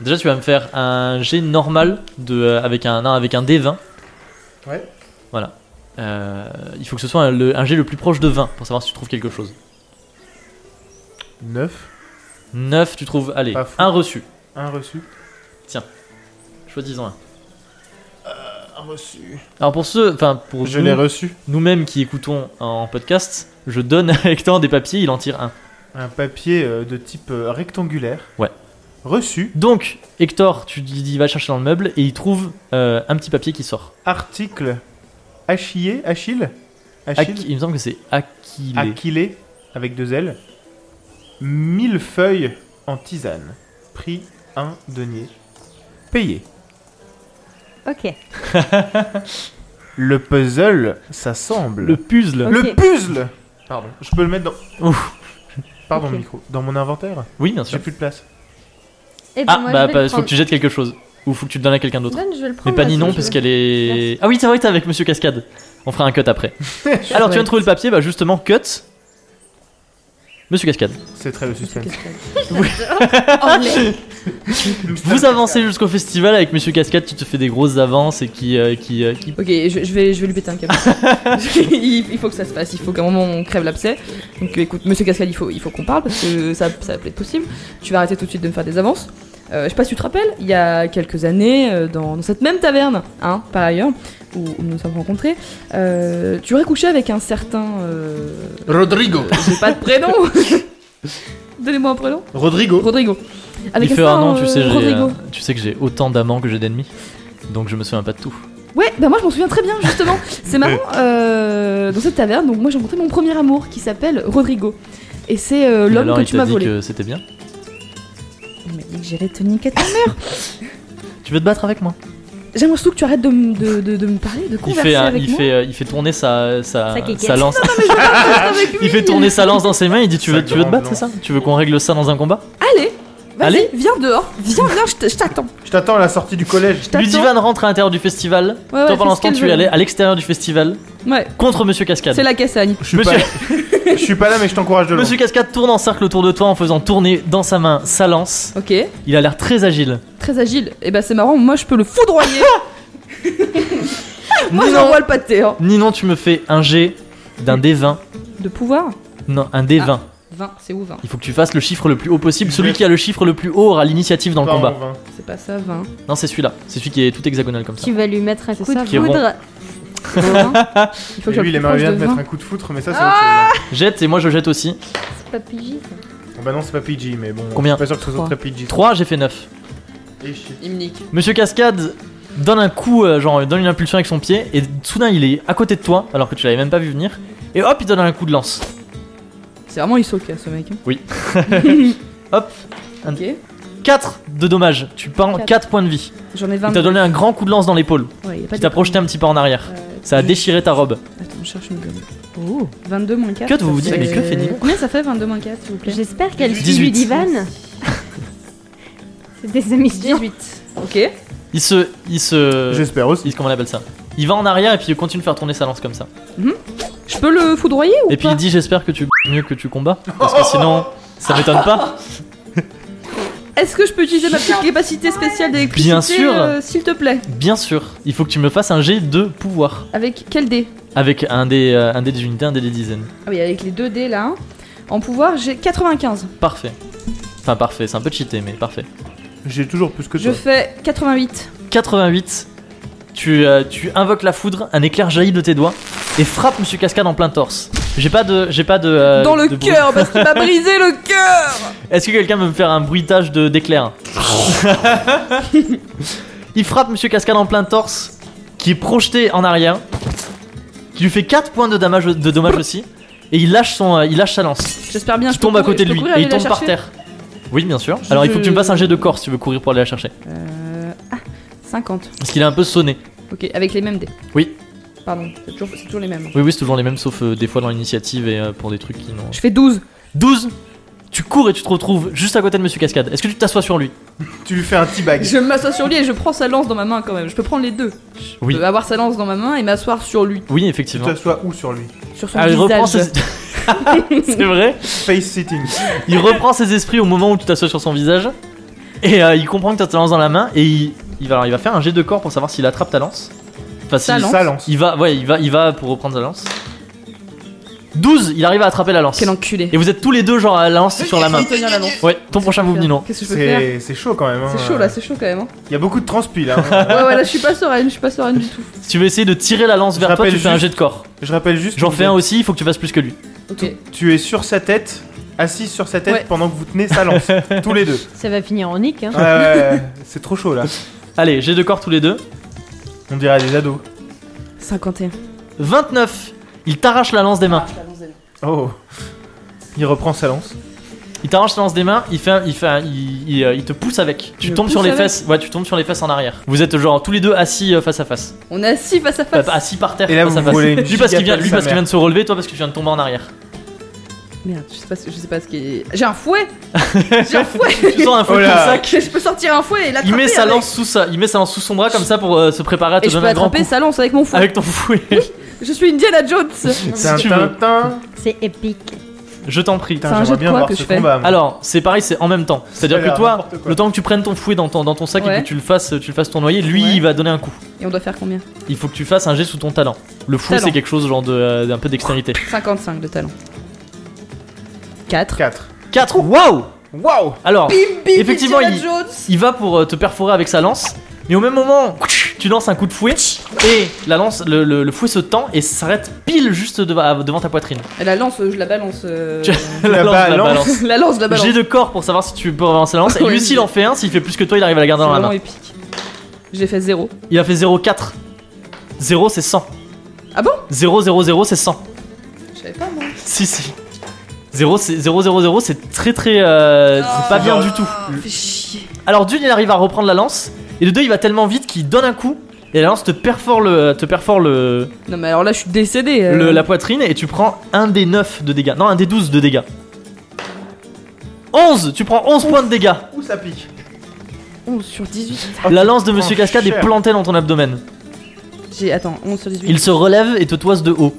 Déjà, tu vas me faire un jet normal de, euh, avec un non, avec un D20.
Ouais.
Voilà. Euh, il faut que ce soit un, le- un jet le plus proche de 20 pour savoir si tu trouves quelque chose.
9,
9, tu trouves, allez,
Pas fou.
un reçu.
1 reçu.
Choisis-en un.
Un reçu.
Alors pour ceux, enfin pour
Je
nous-
l'ai reçu.
nous-mêmes qui écoutons en podcast, je donne à Hector des papiers, il en tire un.
Un papier euh, de type euh, rectangulaire.
Ouais.
Reçu.
Donc Hector, tu dis, il va chercher dans le meuble et il trouve euh, un petit papier qui sort.
Article. Achillé. Achille.
Aqu-
Achille.
il me semble que c'est Aquilé.
Aquilé. Avec deux L. Mille feuilles en tisane. Prix 1 denier. Payé.
Ok. Eh
Le puzzle, ça semble.
Le puzzle.
Ok.
Le puzzle
Pardon.
Je peux le mettre dans.
Ouf.
Pardon,
Ok.
le micro. Dans mon inventaire
Oui, bien
J'ai
sûr.
plus de place.
Et
Ah, bah,
ben, je vais
bah,
le
faut que
prendre.
tu jettes quelque chose. Ou faut que tu le donnes à quelqu'un d'autre.
Donne, je vais le prendre.
Mais pas Ninon,
parce que
parce
je-
qu'elle est. Ah oui, c'est vrai, t'es avec Monsieur Cascade. On fera un cut après. Alors, tu viens de trouver le papier, bah justement, cut. Monsieur Cascade.
C'est très le suspense.
Vous avancez jusqu'au festival avec Monsieur Cascade, tu te fais des grosses avances et qui. euh, qui, euh, qui-
Ok, je, je vais, je vais lui péter un câble. il, il faut que ça se fasse, il faut qu'à un moment on crève l'abcès. Donc euh, écoute, monsieur Cascade, il faut, il faut qu'on parle parce que ça, ça va peut être possible. Tu vas arrêter tout de suite de me faire des avances. Euh, je sais pas si tu te rappelles, il y a quelques années, euh, dans, dans cette même taverne, hein, par ailleurs, où, où nous nous sommes rencontrés, euh, tu aurais couché avec un certain. euh,
Rodrigo
J'ai pas de prénom Donnez-moi un prénom
Rodrigo
Rodrigo.
Il fait
certain,
un nom,
euh,
tu sais, j'ai,
Rodrigo.
euh, tu sais que j'ai autant d'amants que j'ai d'ennemis. Donc, je me souviens pas de tout.
Ouais, bah moi je m'en souviens très bien justement. C'est marrant, euh, dans cette taverne, donc moi j'ai rencontré mon premier amour qui s'appelle Rodrigo. Et c'est euh,
Et
l'homme
alors,
que
il
tu
t'a
m'as
dit
volé.
que c'était bien.
Il m'a dit que j'allais te niquer. ta-
Tu veux te battre avec moi
J'aimerais surtout que tu arrêtes de, me- de, de- de me parler, de
Il
converser
fait, un-
avec
il,
moi.
fait, euh, il fait tourner sa, sa,
Sa quéquette.
sa lance.
avec
il fait tourner sa lance dans ses mains. Il dit Tu
Sa
veux, tu veux te
grande
battre, c'est ça Tu veux qu'on règle ça dans un combat
Allez, vas-y,
Allez.
viens dehors, viens, viens, je t- je t'attends.
Je t'attends à la sortie du collège.
Je t'attends.
Ludivan rentre à l'intérieur du festival.
Ouais,
Toi,
ouais, fais
pendant
ce
ce temps,
qu'elle
tu es
veut.
allé à l'extérieur du festival
Ouais,
contre Monsieur Cascade.
c'est la cassagne.
Je suis,
Monsieur-
pas... je suis pas là, mais je t'encourage de loin.
Monsieur Cascade tourne en cercle autour de toi en faisant tourner dans sa main sa lance.
Ok,
Il a l'air très agile.
très agile. Et bah c'est marrant, moi je peux le foudroyer. moi
Ninon,
j'envoie le pâté, hein.
Ninon, tu me fais un jet d'un D20.
De pouvoir
Non, un D20.
20, c'est où 20
Il faut que tu fasses le chiffre le plus haut possible. Celui qui a le chiffre le plus haut aura l'initiative dans le
Pas en
combat.
vain.
C'est pas ça, 20.
Non, c'est celui-là. C'est celui qui est tout hexagonal comme ça.
Tu vas lui mettre un coup
ça,
de
qui est rond.
foudre.
Il
Et
faut que je
lui, il
le
aimerait
proche
bien
de Ah
te mettre
20.
un coup de foutre, mais ça, c'est autre chose.
Jette et moi je jette aussi.
C'est pas pigé, ça.
hein. Bon, bah non, c'est pas PG, mais bon.
Combien
Je suis pas sûr que ce soit
Trois.
très PG.
3, j'ai fait 9.
Et shit.
Il me nique.
Monsieur Cascade donne un coup, euh, genre donne une impulsion avec son pied, et soudain il est à côté de toi, alors que tu l'avais même pas vu venir, et hop, il donne un coup de lance.
C'est vraiment Isoka ce mec. hein.
Oui. Hop.
Ok.
4 de dommages, tu prends
Quatre.
4 points de vie.
J'en ai
Il
20.
t'a donné un grand coup de lance dans l'épaule,
Ouais, y a pas
qui t'a
de-
projeté un petit peu en arrière.
Euh,
Ça a déchiré ta robe.
Attends, je cherche une gomme. Oh 22 moins 4.
Que vous vous dites, mais que fait Ninon
Combien ça fait 22 moins 4, s'il vous plaît
J'espère qu'elle suit
18.
Ludivan. C'est des amis
18. Ok.
Il se. Il se.
J'espère aussi.
il- comment on appelle ça Il va en arrière et puis il continue de faire tourner sa lance comme ça.
Je peux le foudroyer ou
Et puis
pas
il dit J'espère que tu b- mieux que tu combats. Parce que sinon, ça m'étonne pas.
Est-ce que je peux utiliser ma petite capacité spéciale d'électricité
Bien sûr.
euh, S'il te plaît.
Bien sûr, il faut que tu me fasses un jet de pouvoir.
Avec quel dé
Avec un des, euh, un dé des unités, un dé des dizaines.
Ah oui, avec les deux dés là. hein. En pouvoir, j'ai 95.
Parfait. Enfin, parfait, c'est un peu cheaté, mais parfait.
J'ai toujours plus que
Je
toi.
fais 88.
88, tu, euh, tu invoques la foudre, un éclair jaillit de tes doigts et frappe Monsieur Cascade en plein torse. J'ai pas de. J'ai pas de euh,
Dans le
de bruit.
cœur, parce qu'il m'a brisé le cœur
Est-ce que quelqu'un veut me faire un bruitage de- d'éclair Il frappe Monsieur Cascade en plein torse, qui est projeté en arrière, qui lui fait 4 points de dommage, de dommage aussi, et il lâche, son, euh, il lâche sa lance.
J'espère bien
qui
je peux
tombe à
courir-
côté de
je
lui
peux courir
et il
aller la
tombe par
chercher
terre. Oui, bien sûr.
Je
Alors il faut
veux-
que tu me fasses un jet de corps si tu veux courir pour aller la chercher.
Euh, ah, 50.
Parce qu'il est un peu sonné.
Ok, avec les mêmes dés.
Oui.
Pardon, c'est toujours, c'est toujours les mêmes.
Oui, oui, c'est toujours les mêmes sauf euh, des fois dans l'initiative et euh, pour des trucs qui n'ont.
Je fais 12.
12 Tu cours et tu te retrouves juste à côté de Monsieur Cascade. Est-ce que tu t'assois sur lui
Tu lui fais un petit bag.
Je m'assois sur lui et je prends sa lance dans ma main quand même. Je peux prendre les deux. Je
Oui.
peux avoir sa lance dans ma main et m'asseoir sur lui.
Oui,
Tu
effectivement.
t'assois où sur lui
Sur son
Ah, il
visage.
reprend ses... C'est vrai
Face sitting.
Il reprend ses esprits au moment où tu t'assois sur son visage. Et euh, il comprend que t'as ta lance dans la main et il, il va, alors, il va faire un jet de corps pour savoir s'il attrape ta lance. Enfin,
Sa
s'il-
lance.
Ça lance.
Il va, ouais, il va, il va pour reprendre sa lance. 12 Il arrive à attraper la lance.
Quel enculé.
Et vous êtes tous les deux genre à la lance sur la main.
Tenir la lance.
Ouais, ton prochain vous non.
Qu'est-ce que je peux faire
C'est c'est chaud quand même. hein.
C'est chaud là, c'est chaud quand même. hein.
Il y a beaucoup de transpi là. hein.
Ouais, ouais, là je suis pas sereine, je suis pas sereine du tout.
Si tu veux essayer de tirer la lance
Je
vers toi,
rappelle
tu fais un
juste-
jet de corps.
Je rappelle juste.
J'en
que
fais un aussi, il faut que tu fasses plus que lui.
Ok.
Tu es sur sa tête, assis sur sa tête
Ouais.
pendant que vous tenez sa lance. tous les deux.
Ça va finir en nick. Hein.
Ouais, ouais, ouais. c'est trop chaud là.
Allez, jet de corps tous les deux.
On dirait des ados.
51.
29 Il t'arrache la lance des mains.
Oh. Il reprend sa lance.
Il t'arrache la lance des mains, il fait, un- il fait, un- il, il, euh, il te pousse avec. Tu
Il me
tombes sur
pousse
les
avec
fesses, ouais, tu tombes sur les fesses en arrière. Vous êtes genre tous les deux assis euh, face à face,
On est assis face à
Euh,
face.
assis par terre
Et là,
face à
vous
face.
roulez une
Lui parce qu'il
giga
vient,
patte
lui
sa
parce qu'il
mère.
vient de se relever, toi parce que tu viens de tomber en arrière. bah,
Merde, je sais pas, ce- je sais pas ce qui est. J'ai un fouet J'ai un fouet
Tu sens un fou
Oh
de
là.
sac.
Je peux sortir un fouet et l'attraper
Il met sa
avec.
lance sous ça, il met sa lance sous son bras comme ça pour euh, se préparer à te
Et je peux
donner un grand
attraper
coup
sa lance avec mon fouet.
avec ton fouet.
Je suis Indiana Jones C'est
C'est un
tu veux.
tintin.
C'est épique.
Je t'en prie.
Putain,
C'est un
j'aimerais
jet de
bien
quoi
voir
que
ce
je fais
combat. moi.
Alors, c'est pareil, c'est en même temps. C'est-à-dire
Ça a
que
l'air
toi,
n'importe quoi.
le temps que tu prennes ton fouet dans ton, dans ton sac et
Ouais.
que tu le fasses, tu le fasses tournoyer, lui,
Ouais.
il va donner un coup.
Et on doit faire combien
Il faut que tu fasses un jet sous ton talent. Le fouet,
Talent.
c'est quelque chose genre de, euh, d'un peu d'extérité.
55 de talent. 4.
4.
4 Waouh
Waouh
Alors,
Bim bim
Effectivement,
Indiana
il-
Jones
il va pour euh, te perforer avec sa lance, mais au même moment, tu lances un coup de fouet et la lance, le, le- le fouet se tend et s'arrête pile juste deva- à- devant ta poitrine.
Et la lance, euh, je la balance. euh,
Tu-
La balance.
la lance, je la balance.
J'ai de corps pour savoir si tu peux relancer la lance. Et
Oui.
lui, s'il en fait un, s'il fait plus que toi, il arrive à la
C'est
garder dans la
vraiment
main.
épique. J'ai fait 0.
Il a fait 0,4. 0, c'est 100.
Ah bon
0, 0, 0, c'est 100.
Je savais pas moi.
Si, si. 0, c'est 0, 0, 0, c'est très très. euh, c'est pas
Oh.
bien du tout.
Fais chier.
Alors, d'une, il arrive à reprendre la lance. Et de deux, il va tellement vite qu'il donne un coup. Et la lance te perfore le, te perfore le,
Non mais alors là je suis euh. décédé.
le- la poitrine. Et tu prends un des 9 de dégâts. Non, un des 12 de dégâts. 11 Tu prends 11 points de dégâts.
Où ça pique Oh,
11 sur 18.
Oh, La lance de Monsieur
prends
Cascade est
cher.
plantée dans ton abdomen.
J'ai attends, 11 sur 18.
Il se relève et te toise de haut.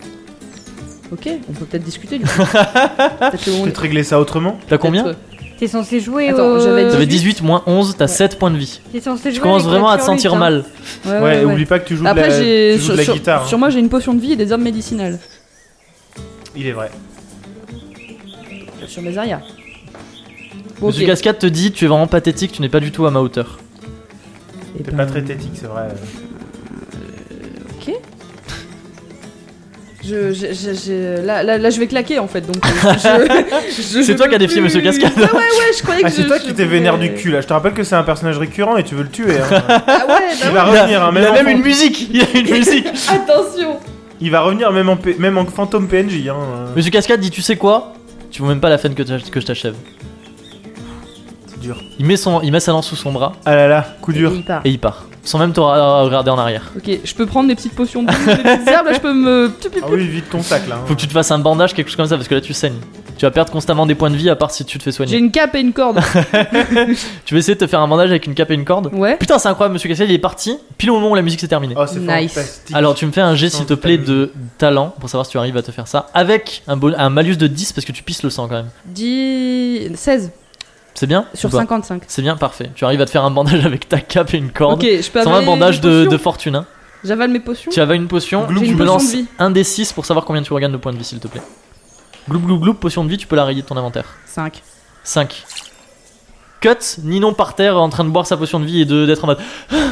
OK, on peut peut-être discuter du coup. peut-être que on-
Peut-être régler ça autrement
T'as combien
peut-être,
T'es censé jouer
Attends,
au.
j'avais
T'avais
18.
18 moins 11, t'as
Ouais.
7 points de vie.
T'es censé jouer.
Tu commences
avec
vraiment à te
la turlute,
sentir
hein.
mal.
euh, ouais,
Ouais,
ouais, ouais.
oublie pas que tu joues
Après
de la,
j'ai
tu joues de
sur,
la
sur-
guitare. hein.
sur moi j'ai une potion de vie et des herbes médicinales
Il est vrai.
sur mes arrières. Bon,
Monsieur
hein. ok.
Cascade te dit tu es vraiment pathétique, tu n'es pas du tout à ma hauteur.
Eh
T'es
ben,
pas très tétique, c'est vrai.
Je, je- je- je- là, là, là, je vais claquer en fait. Donc, euh, je- je-
C'est
je
toi qui as
peux
défié
plus.
Monsieur Cascade.
Ouais, ouais, ouais, je croyais que
Ah, c'est
je-
toi
je
qui t'es
pouvais-
vénère du cul là. Je te rappelle que c'est un personnage récurrent et tu veux le tuer. hein.
Ah ouais, bah
Il va
Il a-
revenir, hein,
il
même
a même
enfant.
une musique Il a une musique
ouais. attention.
Il va revenir même en, P- même en fantôme PNJ. Hein.
Monsieur Cascade dit tu sais quoi Tu vois même pas la fin que, t'ach- que je t'achève.
C'est dur.
Il met, son, il met sa lance sous son bras
Ah là là, coup dur.
Et il part.
et il part. Sans même te ra- regarder en arrière.
Ok, je peux prendre des petites potions de vie, des petites herbes. Là, je peux me.
Ah oui, vide ton sac là. hein.
Faut que tu te fasses un bandage, quelque chose comme ça, parce que là tu saignes. Tu vas perdre constamment des points de vie à part si tu te fais
J'ai
soigner.
une cape et une corde.
Tu vas essayer de te faire un bandage avec une cape et une corde.
Ouais.
Putain, c'est incroyable, monsieur Cassiel, il est parti pile au moment où la musique s'est terminée.
Oh, c'est
Nice.
fantastique.
Alors tu me fais un jet
Sans
s'il te plaît
vitamine.
de talent pour savoir si tu arrives à te faire ça avec un, bon- un malus de 10 parce que tu pisses le sang quand même.
10... 16
C'est bien
sur
ou pas
55.
C'est bien, parfait. Tu arrives à te faire un bandage avec ta cape et une corde.
Ok, je peux
Sans
avaler
un bandage
mes
de,
potions
de fortune. hein.
J'avale mes potions.
Tu avais une potion,
J'ai
tu
une
me
potion de
lances
vie.
un des 6 pour savoir combien tu regagnes de points de vie s'il te plaît. Gloup gloup gloup, potion de vie, tu peux la rayer de ton inventaire.
5.
5. Cut, Ninon par terre en train de boire sa potion de vie et de- d'être en mode.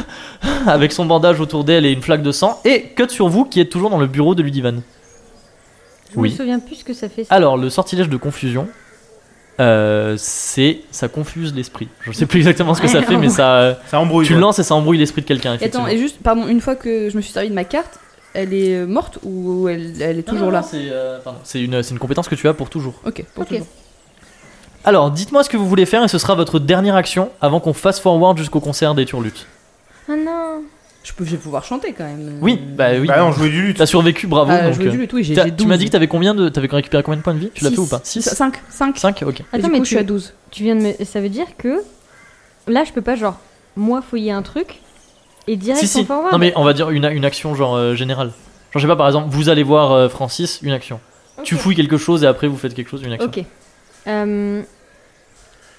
avec son bandage autour d'elle et une flaque de sang. Et Cut sur vous qui êtes toujours dans le bureau de Ludivan.
Je
Oui. Ah.
me souviens plus ce que ça fait. ça.
Alors, le sortilège de confusion, euh, c'est. Ça confuse l'esprit. Je sais plus exactement ce que ça fait, mais ça. euh,
Ça embrouille.
tu
ouais.
lances et ça embrouille l'esprit de quelqu'un,
Et Attends,
effectivement.
et juste, pardon, une fois que je me suis servi de ma carte, elle est euh, morte ou elle,
Non,
elle est
non,
toujours
non,
là
C'est euh, pardon, c'est une, c'est une compétence que tu as pour toujours.
Ok, pour
Ok.
toujours.
Alors, dites-moi ce que vous voulez faire et ce sera votre dernière action avant qu'on fasse forward jusqu'au concert des Turlutes.
Ah non.
Je, peux, je vais pouvoir chanter quand même.
Oui, bah oui.
Bah, on jouait du luth.
T'as survécu, bravo.
Ah,
donc,
je veux du
euh,
luth, oui, j'ai
t'as-
j'ai 12.
tu m'as dit que t'avais combien de. T'avais récupéré combien de points de vie Tu l'as fait ou pas 6
5, 5.
5 Ok.
Attends,
du
mais
coup, je
tu,
suis à 12.
tu viens de me. Ça veut dire que là, je peux pas, genre, moi, fouiller un truc et direct
Si, si.
en forward.
Non, mais on va dire une, une action genre euh, générale. Genre, je sais pas, par exemple, vous allez voir euh, Francis, une action. Tu
Ok.
fouilles quelque chose et après vous faites quelque chose, une action.
Ok. Euh,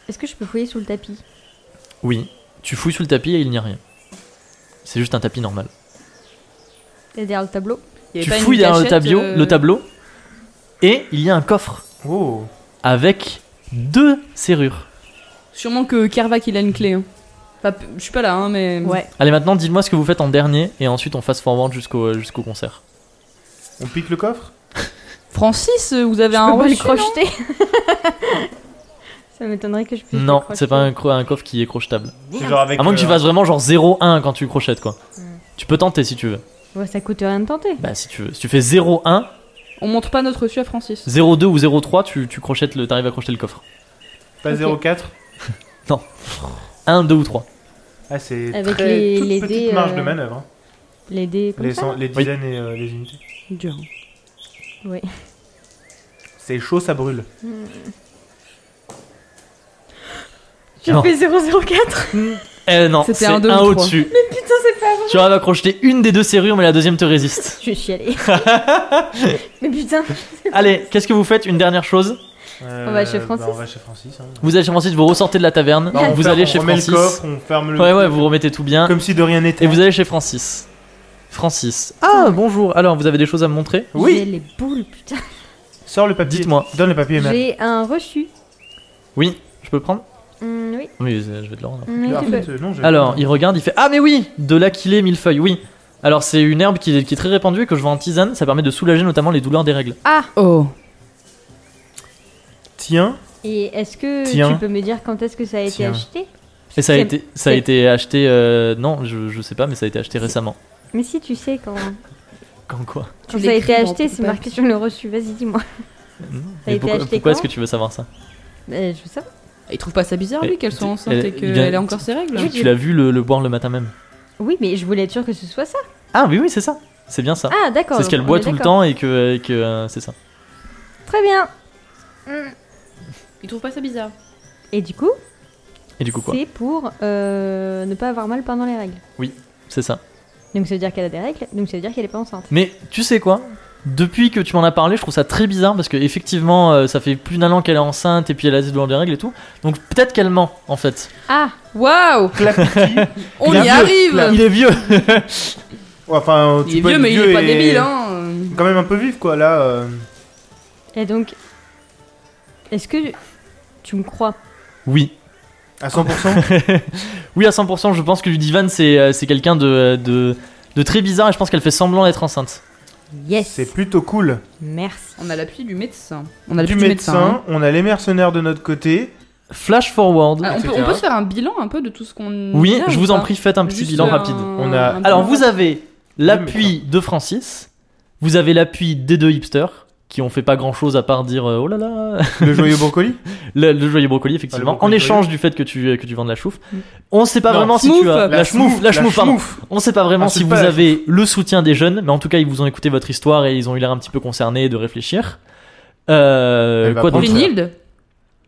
Est-ce que je peux fouiller sous le tapis
Oui. Tu fouilles sous le tapis et il n'y a rien. C'est juste un tapis normal.
Et derrière le tableau
Il y avait
Tu
pas une
fouilles derrière le
cachette,
tableau,
euh,
le tableau et il y a un coffre
Oh.
avec deux serrures.
Sûrement que Kervac il a une clé. hein. Pas- je suis pas là, hein, mais.
Allez, maintenant, dites-moi ce que vous faites en dernier et ensuite on fasse forward jusqu'au euh, jusqu'au concert.
On pique le coffre
Francis, euh, vous avez
Je
un
peux pas le
reçu
crocheter Ça m'étonnerait que je puisse. le
Non,
crocheter.
c'est pas un, cro- un coffre qui est crochetable.
C'est genre avec.
À moins
euh,
que tu fasses vraiment genre 0-1 quand tu crochettes quoi.
Hmm.
Tu peux tenter si tu veux.
Ouais, ça coûte rien de tenter.
Bah, si tu veux. Si tu fais 0-1,
On montre pas notre reçu à Francis.
0-2 ou 0-3, tu, tu crochettes le, t'arrives à crocheter le coffre.
Pas
Ok.
0,4.
1, 2 ou 3
Ah, c'est.
Avec
très-
les-
toute
les
petite
dés,
marge
euh,
de manœuvre. hein.
Les dés comme
Les,
ça.
cent- les
Oui.
dizaines et euh, les unités.
Dur.
Oui.
C'est chaud, ça brûle.
J'ai
Non.
fait 004
Eh non,
C'était
c'est
un
un,
deux ou trois.
au-dessus. Mais putain, c'est pas vrai. Tu arrives à crocheter une des deux serrures, mais la deuxième te résiste.
Je vais chialer. mais putain
Allez, qu'est-ce que vous faites Une dernière chose.
Euh,
va chez
bah,
Francis.
on va chez Francis. hein.
Vous allez chez Francis, vous ressortez de la taverne,
Bah, on
vous
ferme-
allez
on
chez
remet
Francis.
le coffre, on ferme le.
Ouais, ouais, vous remettez tout bien.
Comme si de rien n'était.
Et vous allez chez Francis. Francis. Ah, bonjour. Alors, vous avez des choses à me montrer
Oui.
J'ai les boules, putain.
Sors le papier.
Dites-moi.
Donne le papier, Matt.
J'ai un reçu.
Oui, je peux le prendre
Hum, oui.
Oui, je vais te le rendre.
Hum, oui,
Ah,
tu peux.
en fait, euh, non, je-
Alors, il regarde, il fait Ah, mais oui De l'aquilée millefeuille, oui. Alors, c'est une herbe qui est, qui est très répandue et que je vends en tisane. Ça permet de soulager notamment les douleurs des règles.
Oh.
Tiens.
Et est-ce que
Tiens.
tu peux me dire quand est-ce que ça a été
Tiens.
acheté
Et ça a
C'est-
été, ça a
c'est-
été acheté. euh, non, je, je sais pas, mais ça a été acheté récemment.
Mais si tu sais quand,
Quand quoi
quand
Tu
ça a
l'écris
été
dans
acheté,
ton
c'est marqué sur le reçu. Vas-y, dis-moi. a
Et
été
pourquoi,
acheté
pourquoi est-ce
quand
que tu veux savoir ça
Euh, je veux savoir.
Il trouve pas ça bizarre,
Mais
lui, qu'elle soit
tu-
enceinte
elle-
et
il vient-
qu'elle ait encore ses règles
Tu,
Oui,
tu
je-
l'as vu le, le boire le matin même
Oui, mais je voulais être sûre que ce soit ça.
Ah oui, oui, c'est ça. C'est bien ça.
Ah, d'accord.
c'est ce qu'elle
on
boit
est
tout le
d'accord.
temps et que, et que euh, c'est ça.
Très bien. Hum.
Il trouve pas ça bizarre.
Et du coup,
Et du coup quoi
c'est pour euh, ne pas avoir mal pendant les règles.
C'est ça.
Donc ça veut dire qu'elle a des règles, donc ça veut dire qu'elle est pas enceinte.
Mais tu sais quoi Depuis que tu m'en as parlé, je trouve ça très bizarre parce que effectivement, euh, ça fait plus d'un an qu'elle est enceinte et puis elle a des douleurs des règles et tout. Donc peut-être qu'elle ment en fait.
Ah,
Waouh On
Il est
y
vieux,
arrive
Il est vieux.
Ouais, Enfin, euh, tu
Il est
peux
vieux,
être
mais il est pas
et-
débile, hein
Quand même un peu vif, quoi, là. euh,
et donc, est-ce que tu me crois
Oui.
À 100%.
Oui à 100%. Je pense que Ludivan c'est euh, c'est quelqu'un de, de de très bizarre et je pense qu'elle fait semblant d'être enceinte.
Yes.
C'est plutôt cool.
Merci.
On a l'appui du médecin. hein. On a l'appui
du médecin, on a les mercenaires de notre côté.
Flash forward.
Ah, on, peut,
etc.
on peut se faire un bilan un peu de tout ce qu'on.
oui,
a,
je
ou
vous en
pas
prie, faites un petit
Juste euh,
bilan
un-
rapide.
On a-
un bilan
Alors vous avez l'appui
médecin.
de Francis, vous avez l'appui des deux hipsters qui ont fait pas grand chose à part dire euh, oh là là
Le joyeux brocoli
le, le joyeux brocoli effectivement
Ah, le brocoli,
en échange du fait que tu que tu vends de la chouffe. On sait pas
Non,
vraiment si
Mm. schmouf.
tu as la chouffe, la chouffe, pardon.
schmouf.
On sait pas vraiment
Ah,
si
c'est
vous
pas la
avez le soutien des jeunes, mais en tout cas ils vous ont écouté votre histoire et ils ont eu l'air un petit peu concernés de réfléchir. Euh,
Elle va
quoi
prendre
d'autre
Contre-
Brunhilde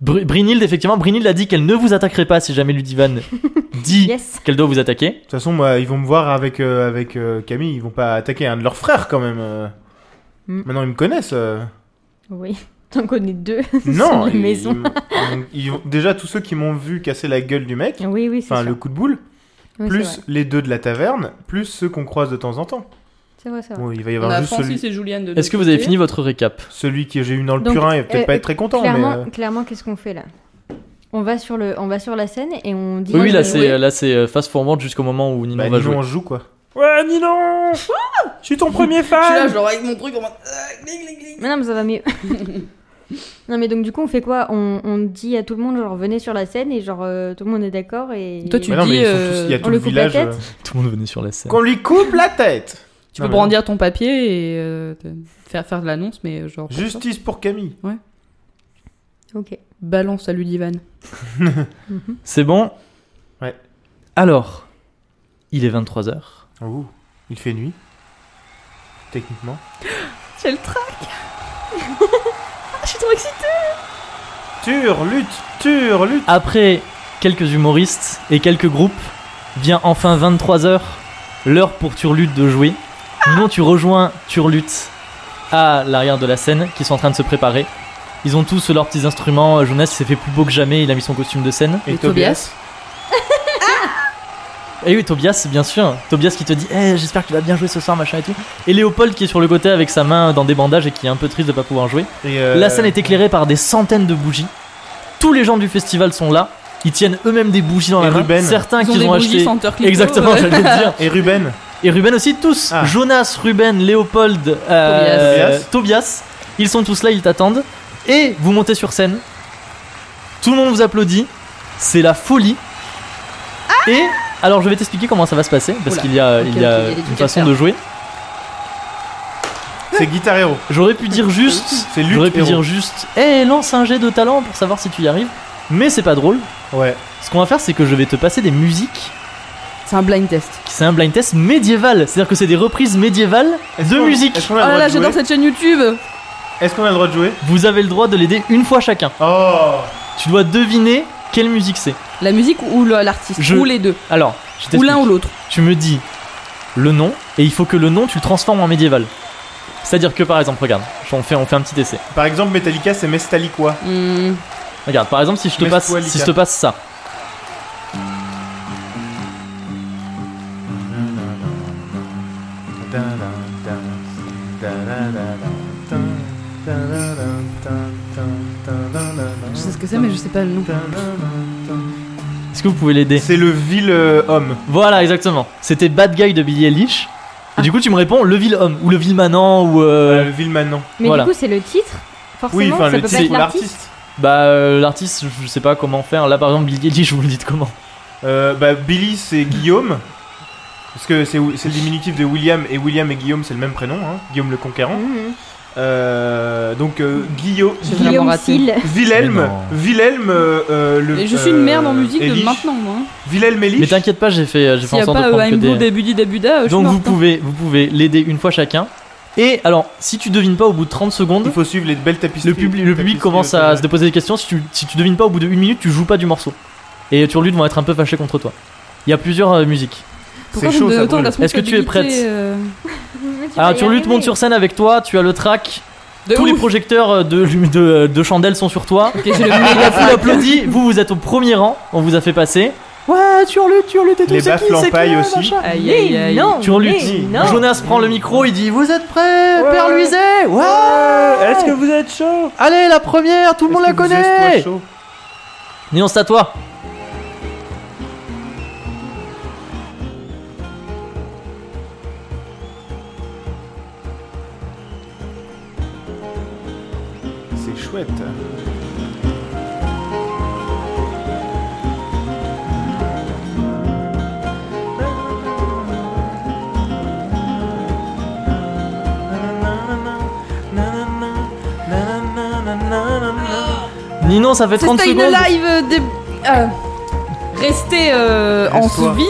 Br- Brynhilde, effectivement, Brynhilde a dit qu'elle ne vous attaquerait pas si jamais Ludivan dit
Yes.
qu'elle doit vous attaquer.
toute façon, moi, ils vont me voir avec, euh, avec euh, Camille, ils vont pas attaquer un de leurs frères quand même. euh.
Mm.
Maintenant, ils me connaissent. euh.
Oui. T'en connais deux.
non,
la
ils-
maison.
ils m'ont- ils m'ont- déjà tous ceux qui m'ont vu casser la gueule du mec,
Oui, oui, c'est
enfin
sûr.
le coup de boule,
Oui,
plus les deux de la taverne, plus ceux qu'on croise de temps en temps.
C'est vrai, c'est vrai.
Bon, il va y
On
avoir
a
juste celui,
Francis et Julienne de
Est-ce que
notre
vous avez
côté.
fini votre récap
celui que j'ai eu dans le
Donc,
purin, il va peut-être
euh,
pas être très content, mais.
Clairement,
euh,
clairement qu'est-ce qu'on fait là on va, sur le, on va sur la scène et on dit.
Oui, oui, là
je vais
c'est
jouer.
là c'est euh, fast forward jusqu'au moment où Ninon
Bah,
va
Ninon,
jouer.
on joue quoi.
Ouais, Ninon Ah, Je suis ton premier
Je suis là,
fan
genre avec mon truc en mode. euh, gling, gling, gling.
Mais non, mais ça va mieux. non, mais donc du coup, on fait quoi on, on dit à tout le monde, genre, venez sur la scène et genre, euh, tout le monde est d'accord et.
Toi, tu-
Mais non, mais ils sont
dis,
tous- il y a
euh,
tout
on
le
le coupe la
village.
tête
euh,
hein. Tout le monde venait sur la scène.
Qu'on lui coupe la tête
Tu
Non,
peux
mais-
brandir ton papier et euh, te- faire, faire de l'annonce, mais euh, genre. pour ça.
Justice pour Camille.
Ok.
Balance à Ludivan.
Mhm.
C'est bon
Ouais.
Alors, il est 23h.
Ouh, il fait nuit. Techniquement.
J'ai le trac Je suis trop excitée
Turlute, turlute.
Après quelques humoristes et quelques groupes, vient enfin 23h, l'heure pour Turlute de jouer. Ninon, tu rejoins Turlute à l'arrière de la scène, qui sont en train de se préparer. Ils ont tous leurs petits instruments. Jonas il s'est fait plus beau que jamais, il a mis son costume de scène.
Et Tobias
Et Eh oui, Tobias, bien sûr. Tobias qui te dit Eh, J'espère que tu vas bien jouer ce soir, machin et tout. Et Léopold qui est sur le côté avec sa main dans des bandages et qui est un peu triste de pas pouvoir jouer.
Et, euh,
La scène est éclairée par des centaines de bougies. Tous les gens du festival sont là. Ils tiennent eux-mêmes des bougies dans
Et
la main.
Ruben.
Certains
Ils ont
qui
des
ont
bougies
acheté.
senteur clito,
Exactement,
euh,
j'allais le dire.
Et Ruben.
Et Ruben aussi, tous.
Ah.
Jonas, Ruben, Léopold, euh, Tobias. Ils sont tous là, ils t'attendent. Et vous montez sur scène. Tout le monde vous applaudit. C'est la folie. Et alors, je vais t'expliquer comment ça va se passer. Parce
Ah Oula.
qu'il y a,
Ok,
il y a
ok, il y a des
une
trucs à
façon
faire.
de jouer.
C'est Guitar Hero.
J'aurais pu dire juste.
C'est Luc
J'aurais pu
Hero.
dire juste. Eh, lance un jet de talent pour savoir si tu y arrives. Mais c'est pas drôle.
Ouais.
Ce qu'on va faire, c'est que je vais te passer des musiques.
C'est un blind test.
C'est un blind test médiéval. C'est-à-dire que c'est des reprises médiévales
Est-ce
de
qu'on-
musique.
Est-ce qu'on
Oh là
a,
là,
le droit
j'adore
de jouer
cette chaîne YouTube
Est-ce qu'on a le droit de jouer
Vous avez le droit de l'aider une fois chacun.
Oh
Tu dois deviner quelle musique c'est.
La musique ou le- l'artiste
Je-
Ou les deux
Alors, je
Ou
t'explique.
l'un ou l'autre
Tu me dis le nom et il faut que le nom tu le transformes en médiéval. C'est-à-dire que par exemple, regarde, on fait, on fait un petit essai.
Par exemple, Metallica, c'est Mestaliqua.
Hmm.
Regarde, par exemple, si je te
Mais
passe,
Squalica.
si je te passe ça.
Je sais ce que c'est, mais je sais pas le nom.
Est-ce que vous pouvez l'aider
C'est le vil euh, homme.
Voilà, exactement. C'était Bad Guy de Billy Eilish. Et du coup, tu me réponds le vil homme ou le vil manant ou euh,
Euh, le vil maintenant.
Mais
Voilà.
du coup, c'est le titre. Forcément,
Oui, enfin
ça
le
peut pas
titre
être
ou
l'artiste.
l'artiste.
bah euh, l'artiste, je sais pas comment faire. Là, par exemple, Billy Eilish, vous le dites comment
Euh, bah Billy c'est Guillaume. Parce que c'est c'est le diminutif de William et William et Guillaume c'est le même prénom, hein, Guillaume le Conquérant.
Mhm.
Euh, donc euh, Guillaume,
J'ai vraiment
Guillaume
raté.
Seal.
Mais
Wilhelm,
non.
Wilhelm euh, euh, le.
Mais je suis une merde en
euh,
musique de
Elich.
maintenant, moi. hein.
Wilhelm Elich.
Mais t'inquiète pas, j'ai fait, j'ai fait
S'il
en
n'y a
sorte de
pas euh,
prendre que
I'm Blue,
des.
Dabudi, Dabuda, euh, je suis
Donc vous
morte, hein.
pouvez, vous pouvez l'aider une fois chacun. Et alors, si tu devines pas au bout de 30 secondes,
Il faut suivre les belles tapisseries.
le, public- le public
tapisseries
commence à
autour
se déposer des questions. Si tu, si tu devines pas au bout de une minute, tu joues pas du morceau. Et Turlude vont être un peu fâchés contre toi. Il y a plusieurs euh, musiques.
Pourquoi
c'est
vous
chaud,
me
ça
donnez autant de
brûle.
Est-ce que tu es prête
responsabilités, euh,
Alors Turlude Ah, monte sur scène avec toi, tu as le track,
De
tous les
ouf
projecteurs euh, de, lum- de, de chandelles sont sur toi.
Ok, j'ai le méga
La foule applaudit, vous vous êtes au premier rang, on vous a fait passer. Ouais, Turlude, Turlude et tout,
Les
c'est
baffes
qui, c'est qui,
l'empaille
ouais,
aussi.
machin.
Aïe aïe aïe.
Non,
Turlutte.
mais non.
Jonas prend le micro, il dit Vous êtes prêts
Ouais.
Père Luiset Ouais
Est-ce que vous êtes chaud
Allez, la première, tout le monde la
Est-ce que vous êtes,
connaît
toi, chaud
Néon, c'est à toi
C'est chouette.
Ninon, ça fait
C'est
30
Stay
secondes.
Alive euh, des. euh, rester euh, en
Reste-toi.
vie.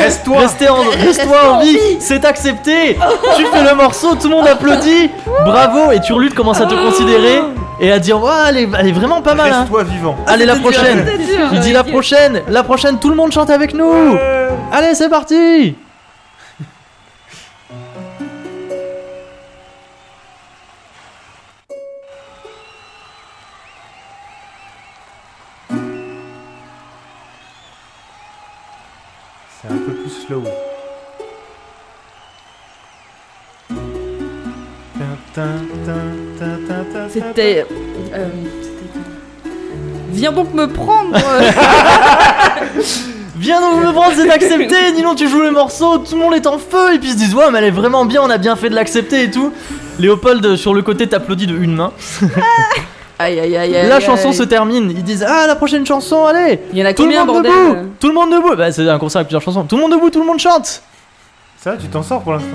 Reste-toi
Restez en, reste-toi en vie, c'est accepté. tu fais le morceau, tout le monde applaudit. Bravo et Turlude commence à te considérer et à dire ouais, elle, est, elle est vraiment pas mal. Hein.
Reste-toi vivant.
Allez la prochaine.
Ah, C'était dur.
Il dit la prochaine, la prochaine, tout le monde chante avec nous. Allez, c'est parti.
C'est un peu plus slow.
C'était. euh, c'était- Viens donc me prendre euh,
Viens donc me prendre, c'est accepté. Ninon, tu joues le morceau, tout le monde est en feu et puis ils se disent ouais, mais elle est vraiment bien, on a bien fait de l'accepter et tout. Léopold sur le côté t'applaudit de une main.
Aïe aïe aïe aïe.
La
aïe.
chanson se termine, ils disent ah la prochaine chanson, allez.
Il y en a
Tout le
combien,
monde
bordel
debout
euh
Tout le monde debout Bah c'est un concert avec plusieurs chansons. Tout le monde debout, tout le monde chante
Ça, va, tu t'en sors pour l'instant.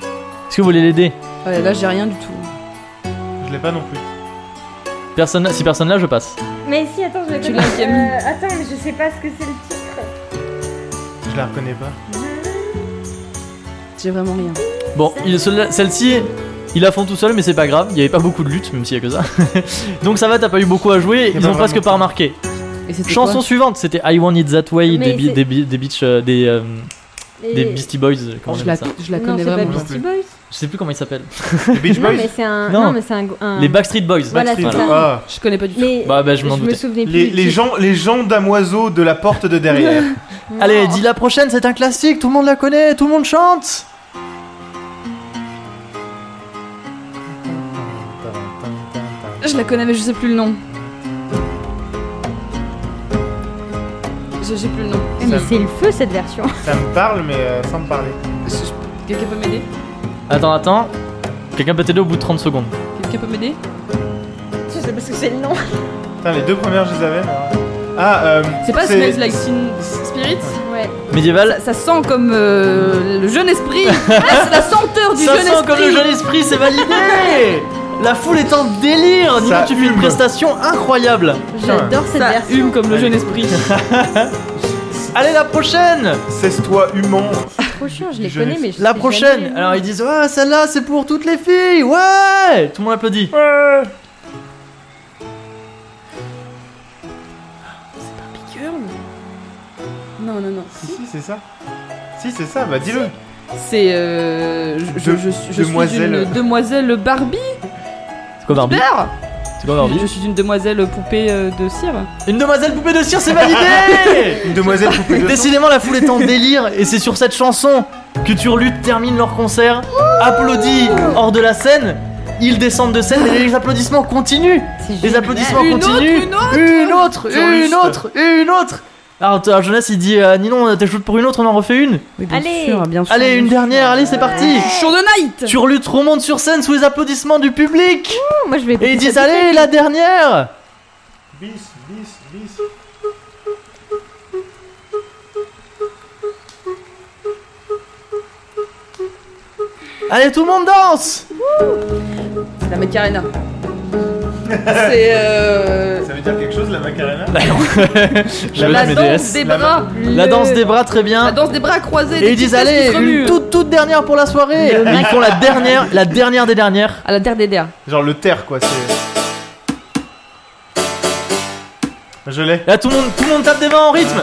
Est-ce que vous voulez l'aider
Ouais, là j'ai rien du tout.
Je l'ai pas non plus.
personne, Si personne là, je passe.
Mais si, attends, je vais
Tu l'as,
connaître,
Camille.
euh, attends, mais je sais pas ce que c'est le titre.
Je la reconnais pas.
J'ai vraiment rien.
Bon, il- celle- celle-ci, ils la font tout seul, mais c'est pas grave. Il y avait pas beaucoup de lutte, même s'il y a que ça. Donc ça va, t'as pas eu beaucoup à jouer.
pas
Ils ont
vraiment.
presque pas remarqué.
Et c'était
Chanson
quoi
suivante, c'était I Want It That Way
Mais
des, bi-
c'est-
des, bi- des Beach, euh, des, euh,
Les-
des Beastie Boys. euh, Comment on
je
appelle
la,
ça
je la
non,
connais
c'est pas
vraiment.
Non
Beastie
plus.
Boys.
Je sais plus comment ils s'appellent.
Les Beach
Non,
Boys
mais c'est un.
Non.
Non, mais c'est un. un-
Les Backstreet Boys.
Ah. Voilà,
Backstreet
c'est
Boys.
ça.
Ah.
Je connais pas du tout.
Mais
Bah, bah, je m'en
me
doutais.
souvenais plus.
Les,
du
les
titre.
gens, les gens d'amoiseau de la porte de derrière.
Allez, dis la prochaine, c'est un classique, tout le monde la connaît, tout le monde chante
Je la connais, mais je sais plus le nom. Je sais plus le nom.
Eh, Mais c'est le feu cette version.
Ça me parle, mais euh, sans me parler.
Je- Quelqu'un peut m'aider
Attends, attends. Quelqu'un peut t'aider au bout de 30 secondes.
Quelqu'un peut m'aider
Je sais pas ce que c'est le nom.
Putain, les deux premières, je les avais. mais alors- Ah, euh,
C'est pas Smells Like Teen Spirit
Ouais.
Médiéval,
ça, ça sent comme euh, le jeune esprit Ah, c'est La senteur du
Ça
jeune
sent
esprit
comme le jeune esprit, c'est validé La foule est en délire Ninon,
Ça
tu fais une
hume.
prestation incroyable
J'adore cette
Ça
version.
hume comme le jeune esprit.
Allez, la prochaine
Cesse-toi humain.
Trop chiant, je les
Jeunesse.
connais, mais je
La
sais jamais
prochaine
le
Alors,
nom.
ils disent Ouais, celle-là, c'est pour toutes les filles Ouais Tout le monde applaudit.
Non, non, non.
Si, si, c'est ça. Si, c'est ça, bah dis-le.
C'est. Euh, je, je,
De-
je, suis- je suis
demoiselle.
une demoiselle Barbie.
C'est quoi Barbie
Super
C'est quoi
Je suis une demoiselle poupée euh, de cire.
Une demoiselle poupée de cire, c'est validé
Une demoiselle poupée de sang.
Décidément, la foule est en délire et c'est sur cette chanson que Turlutte termine leur concert, applaudit hors de la scène. Ils descendent de scène et les applaudissements continuent.
C'est
Les
génial.
applaudissements
Une autre,
continuent.
une autre
Une autre,
Turluste.
une autre, une autre. Alors, t- alors Jonas il dit euh, Ninon, t'es chaude pour une autre, on en refait une.
bien Allez. sûr,
bien
Allez, une dernière, allez, c'est parti.
Show the night
Turlutte remonte sur scène sous les applaudissements du public
Oh, Moi, je
et
vais.
ils
écouter
disent
ça tout de
Allez,
suite.
la dernière.
Bis, bis, bis.
Allez, tout le monde danse.
La Macarena. c'est. Euh,
Ça veut dire quelque chose, la Macarena
Je
la
vais te
danse des
La-
bras.
La
Le-
danse des bras, très bien.
La danse des bras croisés.
Et
des
ils disent
petites fesses qui
allez,
se
une
remuent.
toute toute dernière pour la soirée. Et ils font la dernière, la dernière des dernières.
À Ah, la terre des der.
Genre le terre, quoi, c'est. Je l'ai.
Là tout le monde, tout le monde tape des mains en rythme.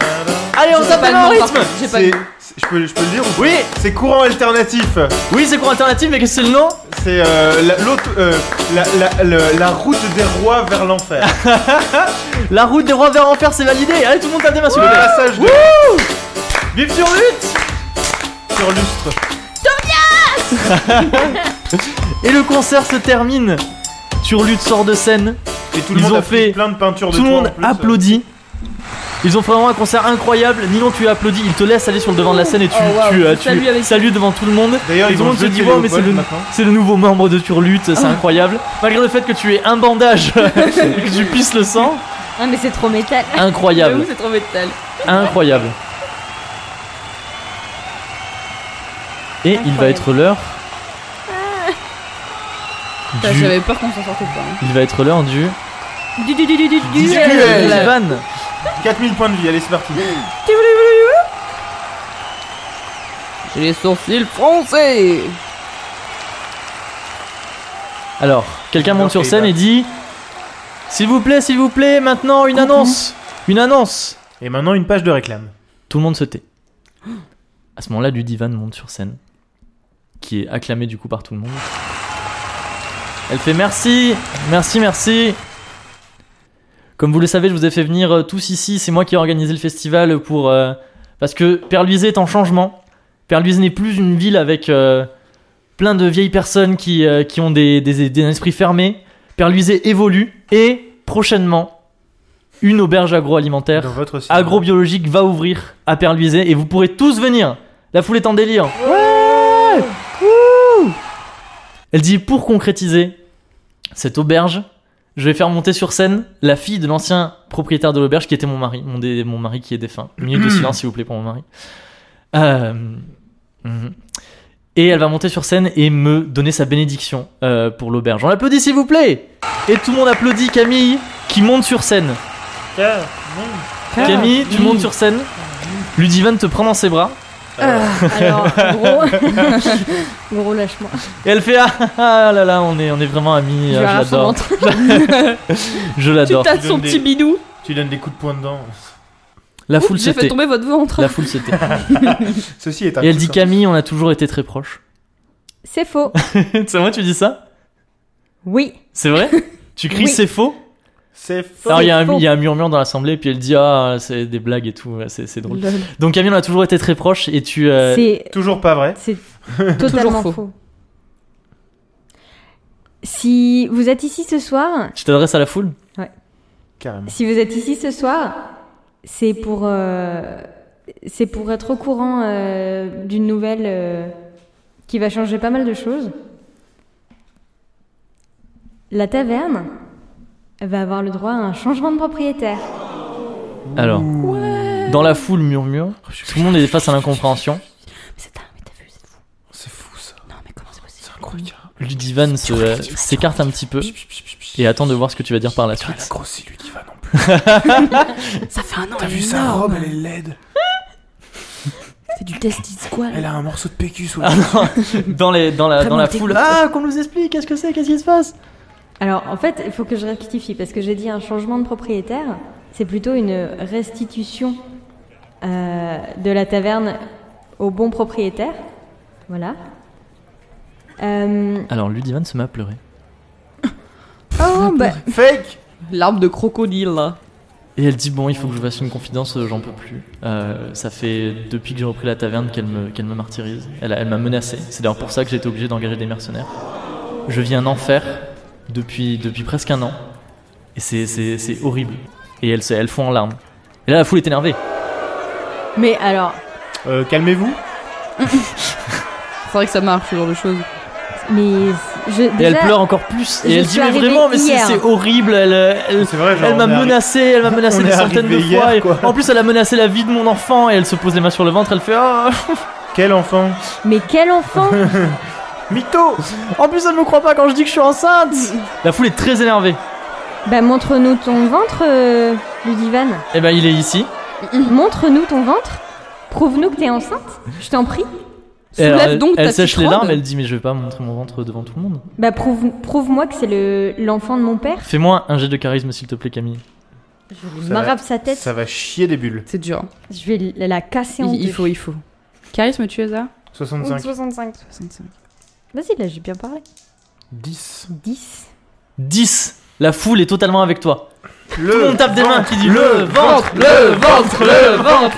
Allez, on
J'ai
tape
pas
des
le
mains en
nom, par
rythme.
contre, J'ai pas
C'est-
le nom.
c'est- Je peux, je peux le dire ou pas
Oui,
C'est courant alternatif.
oui, c'est quoi alternative, mais qu'est-ce que c'est le nom
C'est euh, la- l'autre, euh, la, la- le- la route des rois vers l'enfer.
Ah, La route des rois vers l'enfer, c'est validé. Allez, tout le monde tape des mains, s'il
le
vous plaît.
passage de
Vive sur lutte
sur lustre.
Et le concert se termine. Sur lutte sort de scène,
Et tout le
Ils
monde
ont
a
fait-
fait plein de peintures de
tout le
toi en
monde
plus.
applaudit. Ils ont fait vraiment un concert incroyable. Nilon, tu applaudis. Ils te laissent aller sur le devant de la scène et tu,
Oh, waouh.
tu, euh, tu-
Salut avec-
salues devant tout le monde.
D'ailleurs,
Et
ils
tout le
ont
monde se
jeté
dit
les
Wow, mais c'est
Léopold
le,
maintenant.
c'est le nouveau membre de Turlute,
Ah.
c'est incroyable. Malgré le fait que tu aies un bandage et que tu pisses le sang,
Ah, mais c'est trop métal.
incroyable,
Ah
J'avoue, c'est trop métal.
incroyable. Et il va
Incroyable. Ah.
être l'heure.
Putain,
Du,
J'avais peur qu'on s'en sorte pas. hein.
il va être l'heure du.
Du, du, du, du, du, du.
Duel.
La vanne.
4000 points de vie, allez, c'est parti.
J'ai les sourcils froncés.
Alors, quelqu'un monte sur scène et dit S'il vous plaît, s'il vous plaît, maintenant une annonce Une annonce
Et maintenant, une page de réclame.
Tout le monde se tait. À ce moment-là, Ludivan monte sur scène, qui est acclamée du coup par tout le monde. Elle fait merci, merci, merci. Comme vous le savez, je vous ai fait venir euh, tous ici. C'est moi qui ai organisé le festival pour euh, parce que Perluisé est en changement. Perluisé n'est plus une ville avec euh, plein de vieilles personnes qui, euh, qui ont des, des, des esprits fermés. Perluisé évolue et prochainement une auberge agroalimentaire
Dans votre site.
agrobiologique va ouvrir à Perluisé et vous pourrez tous venir. La foule est en délire. Ouais Wouh Elle dit pour concrétiser cette auberge, je vais faire monter sur scène la fille de l'ancien propriétaire de l'auberge qui était mon mari, mon, dé- mon mari qui est défunt. Une minute de silence s'il vous plaît pour mon mari. Euh, mhm. Et elle va monter sur scène et me donner sa bénédiction euh, pour l'auberge. On applaudit s'il vous plaît Et tout le monde applaudit Camille qui monte sur scène.
Ah,
Camille, tu montes sur scène. Ludivan te prend dans ses bras.
Alors, gros. gros lâchement.
Et elle fait ah, ah, ah là là, on est, on est vraiment amis.
Je
euh, Je
vais arracher son
l'adore.
ventre.
Je
Tu
l'adore.
tâtes
Tu
son
donnes
petit
des-
bidou.
Tu donnes des coups de poing dedans.
La
Oups,
foule se
J'ai fait
tait.
tomber votre ventre.
La foule se tait.
Ceci est un.
Et elle dit
coup de
Camille, on a toujours été très proches.
C'est faux.
c'est moi, tu dis ça
Oui.
C'est vrai Tu cries
Oui.
c'est faux
sang. C'est faux.
Alors il y, a un-
faux.
il y a un murmure dans l'assemblée, puis elle dit ah c'est des blagues et tout, ouais, c'est c'est drôle.
Lol.
Donc Camille, on a toujours été très proches et tu. euh,
C'est
Toujours pas vrai.
C'est totalement
faux.
faux. Si vous êtes ici ce soir,
Tu t'adresses à la foule
Carrément.
si vous êtes ici ce soir, c'est pour euh, c'est pour être au courant euh, d'une nouvelle euh, qui va changer pas mal de choses. La taverne va avoir le droit à un changement de propriétaire.
Alors. Dans la foule murmure, tout le monde est face à l'incompréhension.
C'est dingue, mais t'as vu, c'est fou.
C'est fou ça.
Non, mais comment c'est possible
Ludivan se, euh, s'écarte un petit peu et attend de voir ce que tu vas dire par la suite.
grossi lui qui va non plus.
Ça fait un an.
T'as vu sa robe, elle est laide.
C'est du testis squal.
Elle a un morceau de PQ sous le
Ah non, dans, les, dans la, dans la
Vraiment,
foule.
t'écoutes.
Ah, qu'on nous explique, qu'est-ce que c'est, qu'est-ce qui se passe
Alors, en fait, il faut que je rectifie, parce que j'ai dit un changement de propriétaire, c'est plutôt une restitution euh, de la taverne au bon propriétaire. Voilà. Euh,
Alors Ludivan se met à pleurer.
Oh, bah,
Fake
L'arme de crocodile. là.
Et elle dit Bon, il faut que je vous fasse une confidence, euh, j'en peux plus. Euh, ça fait depuis que j'ai repris la taverne qu'elle me, qu'elle me martyrise. Elle, a- elle m'a menacé. C'est d'ailleurs pour ça que j'ai été obligé d'engager des mercenaires. Je vis un enfer depuis, depuis presque un an. Et c'est, c'est, c'est horrible. Et elle, se- elle fond en larmes. Et là, la foule est énervée.
mais alors,
Euh, Calmez-vous.
C'est vrai que ça marche ce genre de choses.
mais je,
Et
déjà,
elle pleure encore plus. Et
je
elle dit
suis
Mais
arrivée
vraiment, mais c'est,
hier.
c'est horrible. Elle, elle,
C'est vrai, genre.
Elle m'a
on est arri-
menacé, elle m'a menacé
on
des
est
centaines de
arrivé hier,
fois. et-
quoi.
En plus, elle a menacé la vie de mon enfant et elle se pose les mains sur le ventre. Elle fait Ah
Quel enfant
mais quel enfant
Mytho En plus, elle me croit pas quand je dis que je suis enceinte La foule est très énervée.
Bah, montre-nous ton ventre, euh, Ludivan.
Et ben, il est ici.
Montre-nous ton ventre. Prouve-nous que t'es enceinte, je t'en prie.
Et alors,
Soulève
elle euh,
donc ta
elle sèche
petite
les larmes,
robe.
elle dit Mais je vais pas montrer mon ventre devant tout le monde.
Bah, prouve- prouve-moi que c'est le- l'enfant de mon père.
Fais-moi un jet de charisme, s'il te plaît, Camille.
Je
Ça
m'arrape sa tête.
Ça va chier des bulles.
C'est dur.
Je vais la, la casser en
Il, il
deux.
faut, il faut. Charisme, tu es ça
65.
65.
65.
Vas-y, là, j'ai bien parlé.
10.
10.
10 La foule est totalement avec toi.
Le
Tout le monde tape des mains qui dit Le ventre
le ventre, le ventre.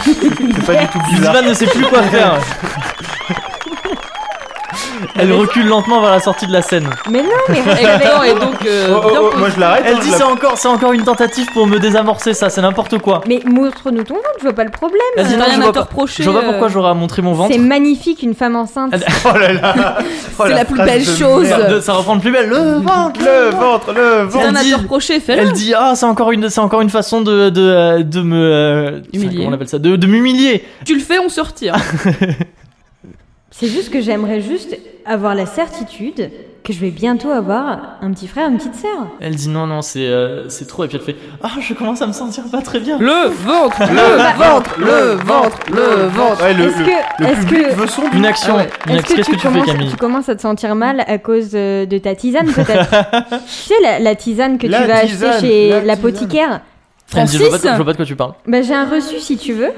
C'est pas du tout bizarre.
Ludivan ne sait plus quoi faire. Elle recule lentement vers la sortie de la scène.
Mais non, mais
Et non, et donc, euh,
Oh, oh,
bien
oh,
posé.
moi je l'arrête.
Elle
hein,
dit
je la-
c'est encore, c'est encore une tentative pour me désamorcer ça, c'est n'importe quoi.
Mais montre-nous ton ventre, je vois pas le problème.
Elle dit
T'as
non, je
rien à
vois
te
pas,
reprocher.
je vois pas pourquoi
euh,
j'aurais à montrer mon ventre.
C'est magnifique une femme enceinte.
Elle-
Oh là là. Oh,
C'est la plus
phrase
belle
de
chose.
merde.
Ça reprend de plus belle. Le ventre,
Le ventre, le
T'as
ventre.
rien à
dit-
te reprocher, fais-le.
Elle dit ah c'est encore une c'est encore une façon de de, euh, de me euh,
Humilier.
comment on appelle ça de, de m'humilier.
Tu le fais, on se retire.
C'est juste que j'aimerais juste avoir la certitude que je vais bientôt avoir un petit frère, une petite sœur.
Elle dit non non c'est euh, c'est trop et puis elle fait ah je commence à me sentir pas très bien.
Le ventre, le ventre, le ventre, le ventre.
Ouais, le,
Est-ce
le-
que-
le
est-ce
public
que-
veut son
Une action,
Ah ouais.
une
Est-ce
action. Qu'est-ce que, tu fais
commences,
Camille
tu commences à te sentir mal à cause euh, de ta tisane peut-être Tu sais la, la tisane que
La
tu vas
tisane,
acheter chez
la
l'apothicaire
Elle dit, je vois, pas,
Francis
je vois pas de quoi tu parles.
bah, J'ai un reçu si tu veux.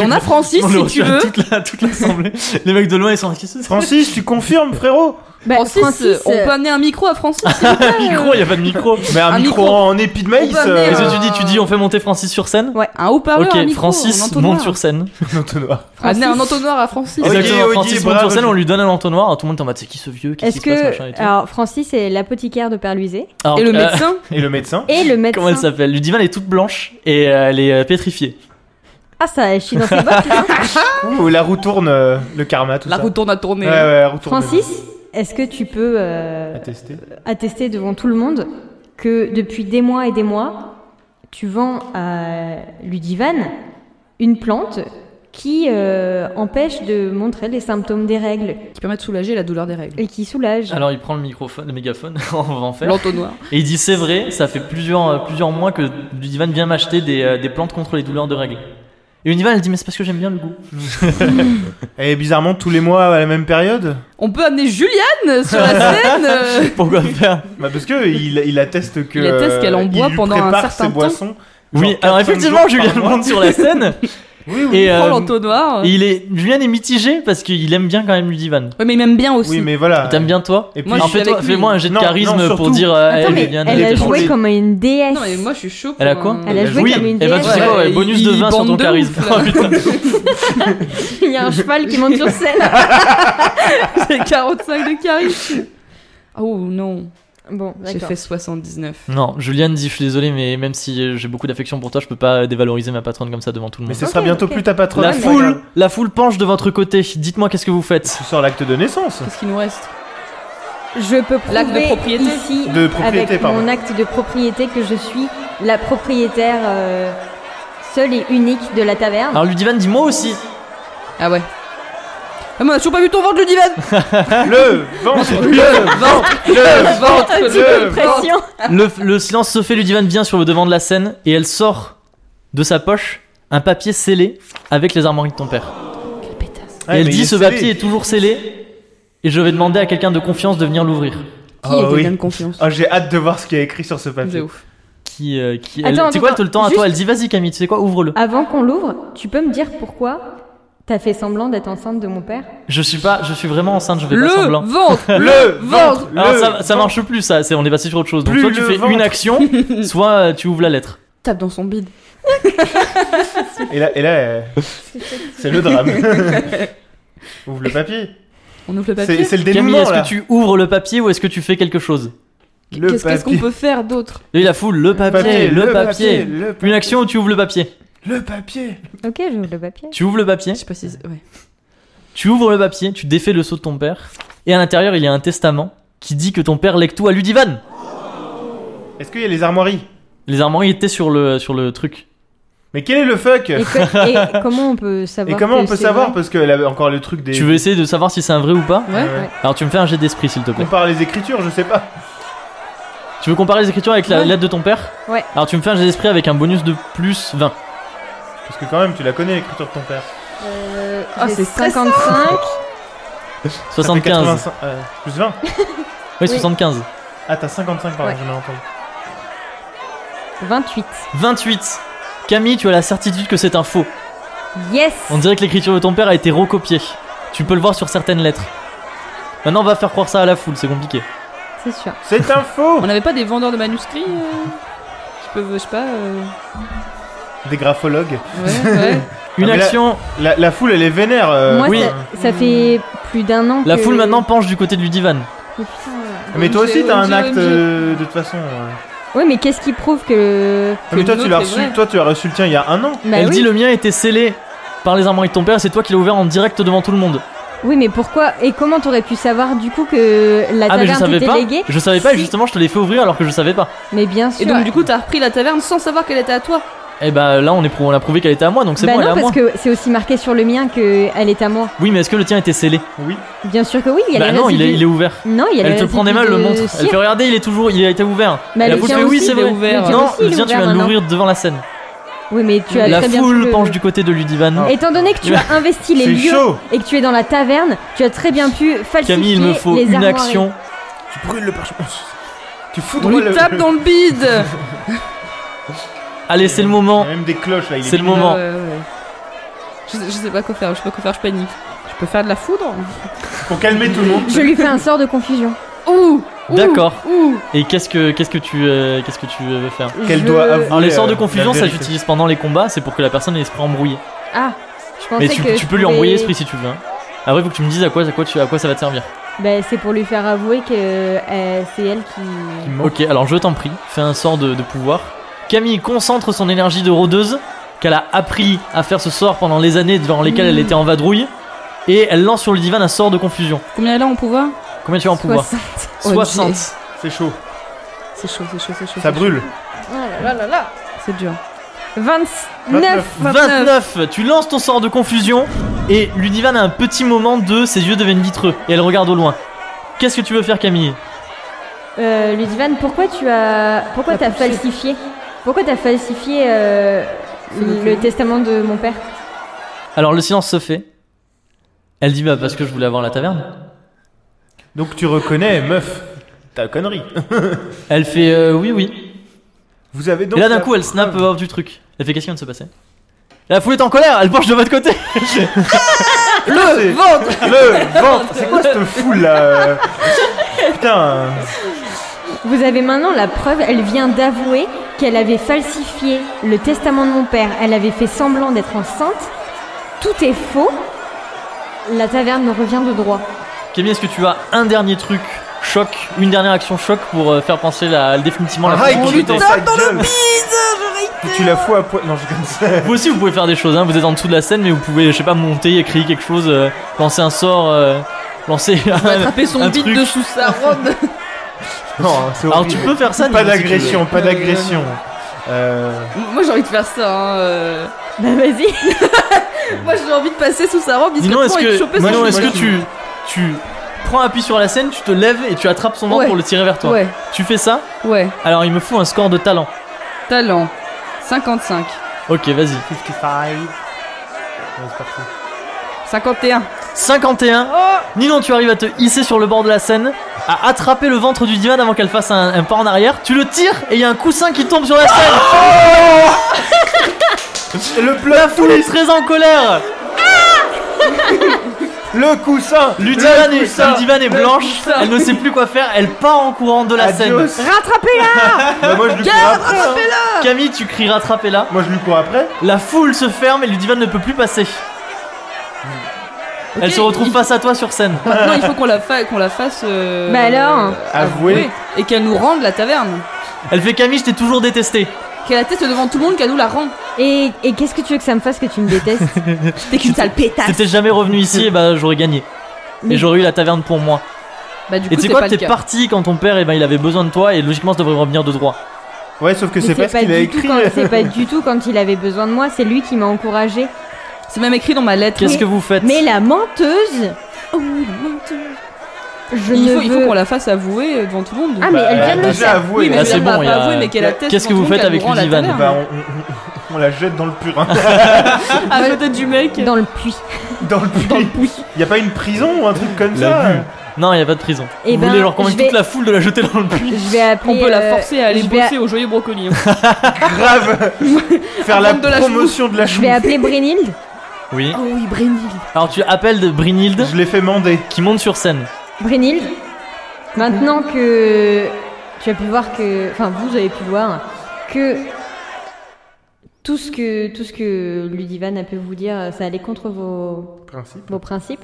on a Francis,
On le
si tu
reçoit à
veux.
toute la- toute l'assemblée. Les mecs de loin ils sont qu'est-ce que c'est
Francis, tu confirmes, frérot
Bah,
Francis, euh, on
euh,
peut amener un micro à Francis. euh,
Micro, y a pas de micro.
Mais un,
Un
micro,
micro.
en épi de maïs.
On peut
Qu'est-ce
amener
que tu
hein.
dis Tu dis on fait monter Francis sur scène
Un haut-parleur, Ah un
Ok,
micro, un
Francis
entonnoir.
monte sur scène.
Un entonnoir.
Amener un entonnoir à Francis.
Ok,
Exactement,
ok,
Francis monte
bravo.
sur scène, on lui donne à l'entonnoir. Tout le monde est en mode c'est qui ce vieux Qu'est-ce
Est-ce
qui se passe machin et
que
tout.
alors Francis est l'apothicaire de Perluisé
Alors,
Et le
euh,
médecin.
Et le médecin
et le médecin.
Ah, Comment elle s'appelle Ludivine elle est toute blanche et euh, elle est euh, pétrifiée.
ah ça, je suis dans ses bottes. hein.
Ouh, La roue tourne, euh, le karma, tout
La
ça.
roue tourne à tourner.
Ouais, ouais, la roue tourne.
Francis, est-ce que tu peux euh,
À tester.
attester devant tout le monde que depuis des mois et des mois, tu vends à Ludivan une plante qui euh, empêche de montrer les symptômes des règles
Qui permet de soulager la douleur des règles.
et qui soulage.
Alors il prend le microphone, le mégaphone, on va en faire.
L'entonnoir.
Et il dit c'est vrai, ça fait plusieurs, euh, plusieurs mois que Ludivan vient m'acheter des, euh, des plantes contre les douleurs de règles. Et Ludivan elle dit mais c'est parce que j'aime bien le goût.
Et bizarrement, tous les mois à la même période
On peut amener Juliane sur la scène. euh,
Pourquoi faire
bah Parce que il, il atteste que.
Il atteste qu'elle en
euh,
boit
il lui
pendant un
prépare
certain
ses
temps.
boissons.
Oui,
genre
alors
4-5
effectivement
jours
Julien
par mois.
monte sur la scène
Oui, oui.
et,
Prends
euh,
l'entonnoir.
et il est Julien est mitigé parce qu'il aime bien quand même Ludivan.
Ouais, mais il m'aime bien aussi.
Oui, mais voilà.
T'aimes bien toi
Ah, Et puis,
Moi,
En
je suis
fait, toi,
avec lui.
fais-moi un jet de
Non, non,
charisme pour
surtout.
dire euh,
Attends,
elle,
mais
Ludivan,
elle
est
a
gentille.
joué comme une déesse.
Non, mais moi je suis chaud. pour
Elle a quoi
un-
Elle a joué
Oui,
comme une
eh ben,
déesse.
tu sais quoi, ouais,
Ouais,
bonus
il-
de
il
20 sur ton
bande de
charisme.
ouf, là.
Oh, putain.
Il y a un cheval qui monte sur scène.
J'ai 45 de charisme. Oh non,
Bon,
j'ai
d'accord.
fait 79.
Non, Juliane dit je suis désolé, mais même si j'ai beaucoup d'affection pour toi, je peux pas dévaloriser ma patronne comme ça devant tout le
Mais
monde.
ce sera
Ok,
bientôt
ok.
plus ta patronne.
La
c'est pas grave.
foule, la foule penche de votre côté. Dites-moi qu'est-ce que vous faites.
Tu sors l'acte de naissance.
Qu'est-ce qu'il nous reste
Je peux
L'acte de
prouver
propriété.
ici
De propriété,
avec
pardon.
mon acte de propriété que je suis la propriétaire euh, seule et unique de la taverne.
Alors Ludivan dit moi aussi.
Ah ouais. Ah, mais on a toujours pas vu ton ventre, le divan
le ventre, le ventre, le ventre,
Un petit peu de
le ventre.
pression.
Le, le silence se fait. Ludivan vient sur le devant de la scène et elle sort de sa poche un papier scellé avec les armoiries de ton père.
Ouais,
et elle
mais il
dit
est
ce
scellé.
papier est toujours scellé et je vais demander à quelqu'un de confiance de venir l'ouvrir.
Qui est
Ah, oui.
quelqu'un de confiance
Ah, bah j'ai hâte de voir ce qu'il y a écrit sur ce papier.
C'est ouf.
Qui, euh, qui elle,
Attends,
tu sais quoi, elle te le tend à
juste-
toi. Elle dit vas-y Camille, tu sais quoi, ouvre-le.
Avant qu'on l'ouvre, tu peux me dire pourquoi t'as fait semblant d'être enceinte de mon père
Je suis pas, je suis vraiment enceinte. Je vais
Le
pas semblant.
ventre
Le
ventre.
ventre,
Alors Ah,
le
ça, ça
ventre.
marche plus ça, c'est on est passé sur autre chose. Donc
Plus
soit tu
le
fais
ventre.
une action, soit euh, tu ouvres la lettre.
Tape dans son bide.
Et là, et là euh, c'est le drame. Ouvre le papier.
On ouvre le
C'est
papier.
c'est le
Camille,
dénouement
est-ce
là.
que tu ouvres le papier ou est-ce que tu fais quelque chose
Le
Qu'est-ce qu'est-ce qu'on
papier.
peut faire d'autre
Et la foule, le papier, le, papier.
le
Une
papier,
action où tu ouvres le papier.
le papier.
Ok, j'ouvre le papier.
Tu ouvres le papier,
Je sais pas si. c'est- Ouais.
tu ouvres le papier, tu défais le sceau de ton père. Et à l'intérieur, il y a un testament qui dit que ton père lègue tout à Ludivan.
Est-ce qu'il y a les armoiries
Les armoiries étaient sur le, sur le truc.
Mais quel est le fuck
Et,
Et,
que- et comment on peut savoir
comment
que
on peut
c'est
savoir
vrai
Parce que là, encore le truc des.
Tu veux essayer de savoir si c'est un vrai ou pas
Ouais.
Ouais.
Alors tu me fais un jet d'esprit s'il te plaît.
Compare les écritures, je sais pas.
Tu veux comparer les écritures avec la
Ouais.
lettre de ton père
Ouais.
Alors tu me fais un jet d'esprit avec un bonus de plus 20.
Parce que quand même, tu la connais l'écriture de ton père.
Euh,
Ah,
j'ai
c'est
55.
Ça fait
75.
85, euh, plus 20
Oui,
Oui.
75.
Ah, t'as 55 pardon,
Ouais.
j'en ai entendu.
28.
28. Camille, tu as la certitude que c'est un faux.
Yes
On dirait que l'écriture de ton père a été recopiée. Tu peux le voir sur certaines lettres. Maintenant, on va faire croire ça à la foule, c'est compliqué.
C'est sûr.
C'est un faux
On n'avait pas des vendeurs de manuscrits euh Je peux, je sais pas. euh,
Des graphologues.
Ouais, ouais.
Une
Ah, mais là-
action.
La, la foule, elle est vénère. euh,
Moi,
oui.
ça, ça fait plus d'un an
La
que-
foule maintenant penche du côté du divan.
Oh, putain.
Mais toi aussi,
OMG,
t'as un
OMG.
acte euh, de toute façon. ouais.
Ouais, mais qu'est-ce qui prouve que...
Ah, mais
Que
toi,
le
tu l'as
nôtre est
reçu.
vrai.
Toi, tu as reçu le tien il y a un an.
Bah
Elle
oui.
dit le mien était scellé par les armoiries de ton père, c'est toi qui l'as ouvert en direct devant tout le
Bah,
monde. Ah,
Oui, mais pourquoi Et comment t'aurais pu savoir du coup que la
ah mais je
taverne
savais
t'était
pas.
léguée
Je savais pas et
Si.
justement je te l'ai fait ouvrir alors que je savais pas.
Mais bien sûr.
Et donc, du coup, t'as repris la taverne sans savoir qu'elle était à toi.
Et bah là on, est prou- on a prouvé qu'elle était à moi donc c'est
bah
bon elle
non,
est à
parce
moi.
que c'est aussi marqué sur le mien que elle est à moi.
Oui mais est-ce que le tien était scellé
Oui.
Bien sûr que oui, il y a
Bah
les
non il est,
résidus-
il est ouvert.
Non, il y a
Elle
les
te prenait mal
résidus
le
de
montre. Elle
cire.
fait regarder il est toujours il a été ouvert.
Bah,
Et la
le
foule
tien
fait oui
aussi,
c'est
il est
vrai.
ouvert. Le
tien
Non
aussi, il
le
est
tien tu
ouvert
vas
maintenant.
l'ouvrir devant la scène.
Oui, mais tu as
La
très bien Ah.
foule
pu le-
penche du côté de Ludivan.
Étant donné que tu as investi les
C'est
lieux
chaud.
et que tu es dans la taverne, tu as très bien pu falsifier
Camille il me faut
les
une
armoiries.
action.
Tu brûles le parchemin.
Tu fous
On lui tape dans le bide
Allez c'est le
Il y a
moment.
même des cloches là. il est
C'est le
minuit.
moment.
Ouais, Euh, ouais, ouais. Je, sais- je sais pas quoi faire, je sais pas quoi faire, je panique. Je peux faire de la foudre
Pour calmer tout le monde.
Je lui fais un sort de confusion.
Ouh ouh,
D'accord.
Ouh
Et qu'est-ce que qu'est-ce que tu euh, qu'est-ce que tu euh, veux faire
Qu'elle
Je-
doit avouer.
Alors les sorts de
euh,
confusion
la
ça
vérité.
j'utilise pendant les combats c'est pour que la personne ait l'esprit embrouillé.
Ah, je pensais
Mais tu,
que
tu peux lui
pouvais-
envoyer esprit si tu veux. hein. Après, faut que tu me dises à quoi, à quoi, tu, à quoi ça va te servir.
Bah, c'est pour lui faire avouer que euh, c'est elle qui.
Il manque.
Ok, alors je t'en prie, fais un sort de, de pouvoir. Camille concentre son énergie de rôdeuse, qu'elle a appris à faire ce sort pendant les années durant lesquelles
Mm.
elle était en vadrouille, et elle lance sur le divan un sort de confusion.
Combien elle a en pouvoir
Combien tu as en pouvoir
60.
60.
C'est chaud.
C'est chaud, c'est chaud, c'est chaud.
Ça brûle.
Oh là là là là.
C'est dur.
29
29.
29 Tu lances ton sort de confusion, et Ludivan a un petit moment de ses yeux deviennent vitreux, et elle regarde au loin. Qu'est-ce que tu veux faire, Camille
euh, Ludivan, pourquoi tu as. Pourquoi
La
t'as
poussée.
falsifié Pourquoi t'as falsifié euh,
Ce document.
le testament de mon père
Alors le silence se fait. Elle dit bah parce que je voulais avoir la taverne.
Donc tu reconnais, meuf, ta connerie.
Elle fait euh, oui oui.
Vous avez donc. euh,
et là d'un
la-
coup elle snap hors du truc. Elle fait qu'est-ce qui vient de se passer La foule est en colère, elle penche de votre côté.
C'est-
Le ventre
Le ventre C'est quoi cette foule là euh Putain
Vous avez maintenant la preuve, elle vient d'avouer qu'elle avait falsifié le testament de mon père. Elle avait fait semblant d'être enceinte. Tout est faux. La taverne me revient de droit.
Camille, est-ce que tu as un dernier truc choc, une dernière action choc pour euh, faire penser la, définitivement la
Ah,
foule
il
de
crie
votre
dans
côté
sa gueule Et Tu la fous à poil. Non, je comme ça.
Vous aussi vous pouvez faire des choses, hein. vous êtes en dessous de la scène mais vous pouvez, je sais pas, monter, crier quelque chose, euh, lancer un sort, euh, lancer un...
Attraper son
un
bide
truc.
dessous sa robe
Non, c'est
Alors
horrible.
tu peux faire ça,
Pas
Nino, si tu veux.
d'agression, pas d'agression. Euh,
Moi j'ai envie de faire ça, hein. euh.
Bah vas-y.
Moi j'ai envie de passer sous sa robe
Dis-nous,
discrètement
est-ce
et de
que,
choper
Manon,
son
est-ce
chemise.
que tu, tu prends appui sur la scène, tu te lèves et tu attrapes son ventre
Ouais.
pour le tirer vers toi
Ouais,
Tu fais ça
ouais.
Alors il me faut un score de talent.
Talent. 55.
Ok, vas-y.
55. Ouais, c'est parti.
51.
51.
Oh
Ninon, tu arrives à te hisser sur le bord de la scène, à attraper le ventre du divan avant qu'elle fasse un, un pas en arrière. Tu le tires et il y a un coussin qui tombe sur la scène.
Le
la
plat
foule est très en colère.
Le coussin
Le
le
divan est,
coussin.
le divan est
Le
blanche.
coussin.
Elle ne sait plus quoi faire. Elle part en courant de la
Adios.
scène.
Rattrapez-la
Bah, moi, je lui cours après. hein.
Camille, tu cries rattrapez-la.
Moi, je lui cours après.
La foule se ferme et le divan ne peut plus passer. Elle
Ok,
se retrouve
il-
face à toi sur scène.
Maintenant il faut qu'on la, fa- qu'on la fasse. euh,
Bah alors
Avouer.
Et qu'elle nous rende la taverne.
Elle fait Camille, je t'ai toujours détesté.
Qu'elle atteste devant tout le monde, qu'elle nous la rend.
Et, et qu'est-ce que tu veux que ça me fasse que tu me détestes
T'es qu'une sale pétasse.
T'étais jamais revenu ici et bah j'aurais gagné. Et
Mais-
j'aurais eu la taverne pour moi.
Bah du
Et
coup
tu sais
c'est
quoi,
pas
t'es
le cas.
parti quand ton père, et ben, il avait besoin de toi, et logiquement, ça devrait revenir de droit.
Ouais, sauf que
Mais
c'est pas ce qu'il a
du tout
écrit. Bah,
quand- C'est pas du tout quand il avait besoin de moi, c'est lui qui m'a encouragé.
C'est même écrit dans ma lettre.
Qu'est-ce que vous faites
Mais la menteuse
Oh, la menteuse.
Je
Il
ne
faut, il faut
veux-
qu'on la fasse avouer devant tout le monde.
Ah mais elle
Bah,
vient de le
déjà
faire.
avoué,
Oui, mais
là,
Ah,
je
c'est
l'ai pas
bon, il y a-
avoué, mais qu'elle atteste
Qu'est-ce que
devant
vous
tout le
faites
monde
avec
qu'elle nous rend
les
la
divanes
taverne.
Bah, on, on- on- on la jette dans le purin.
Ah, peut-être du mec.
Dans le puits.
dans le puits. Y a pas une prison ou un truc comme
La
ça
vue. Non, il n'y a pas de prison.
Eh
vous
ben,
voulez genre
je
convaincre
vais-
toute la foule de la jeter dans le puits
Je vais appeler.
On peut la
euh,
forcer à aller
je vais-
bosser au joyeux brocoli. hein.
Grave Faire la
Vendre de la
promotion de la
Je
chou.
vais appeler Brynhild.
Oui.
oh oui, Brenil.
Alors tu appelles de Brynhilde
Je l'ai fait mander.
qui monte sur scène.
Brynhild, maintenant que tu as pu voir que. Enfin, vous avez pu voir que tout ce que tout ce que Ludivan a pu vous dire, ça allait contre vos
Principe.
vos principes.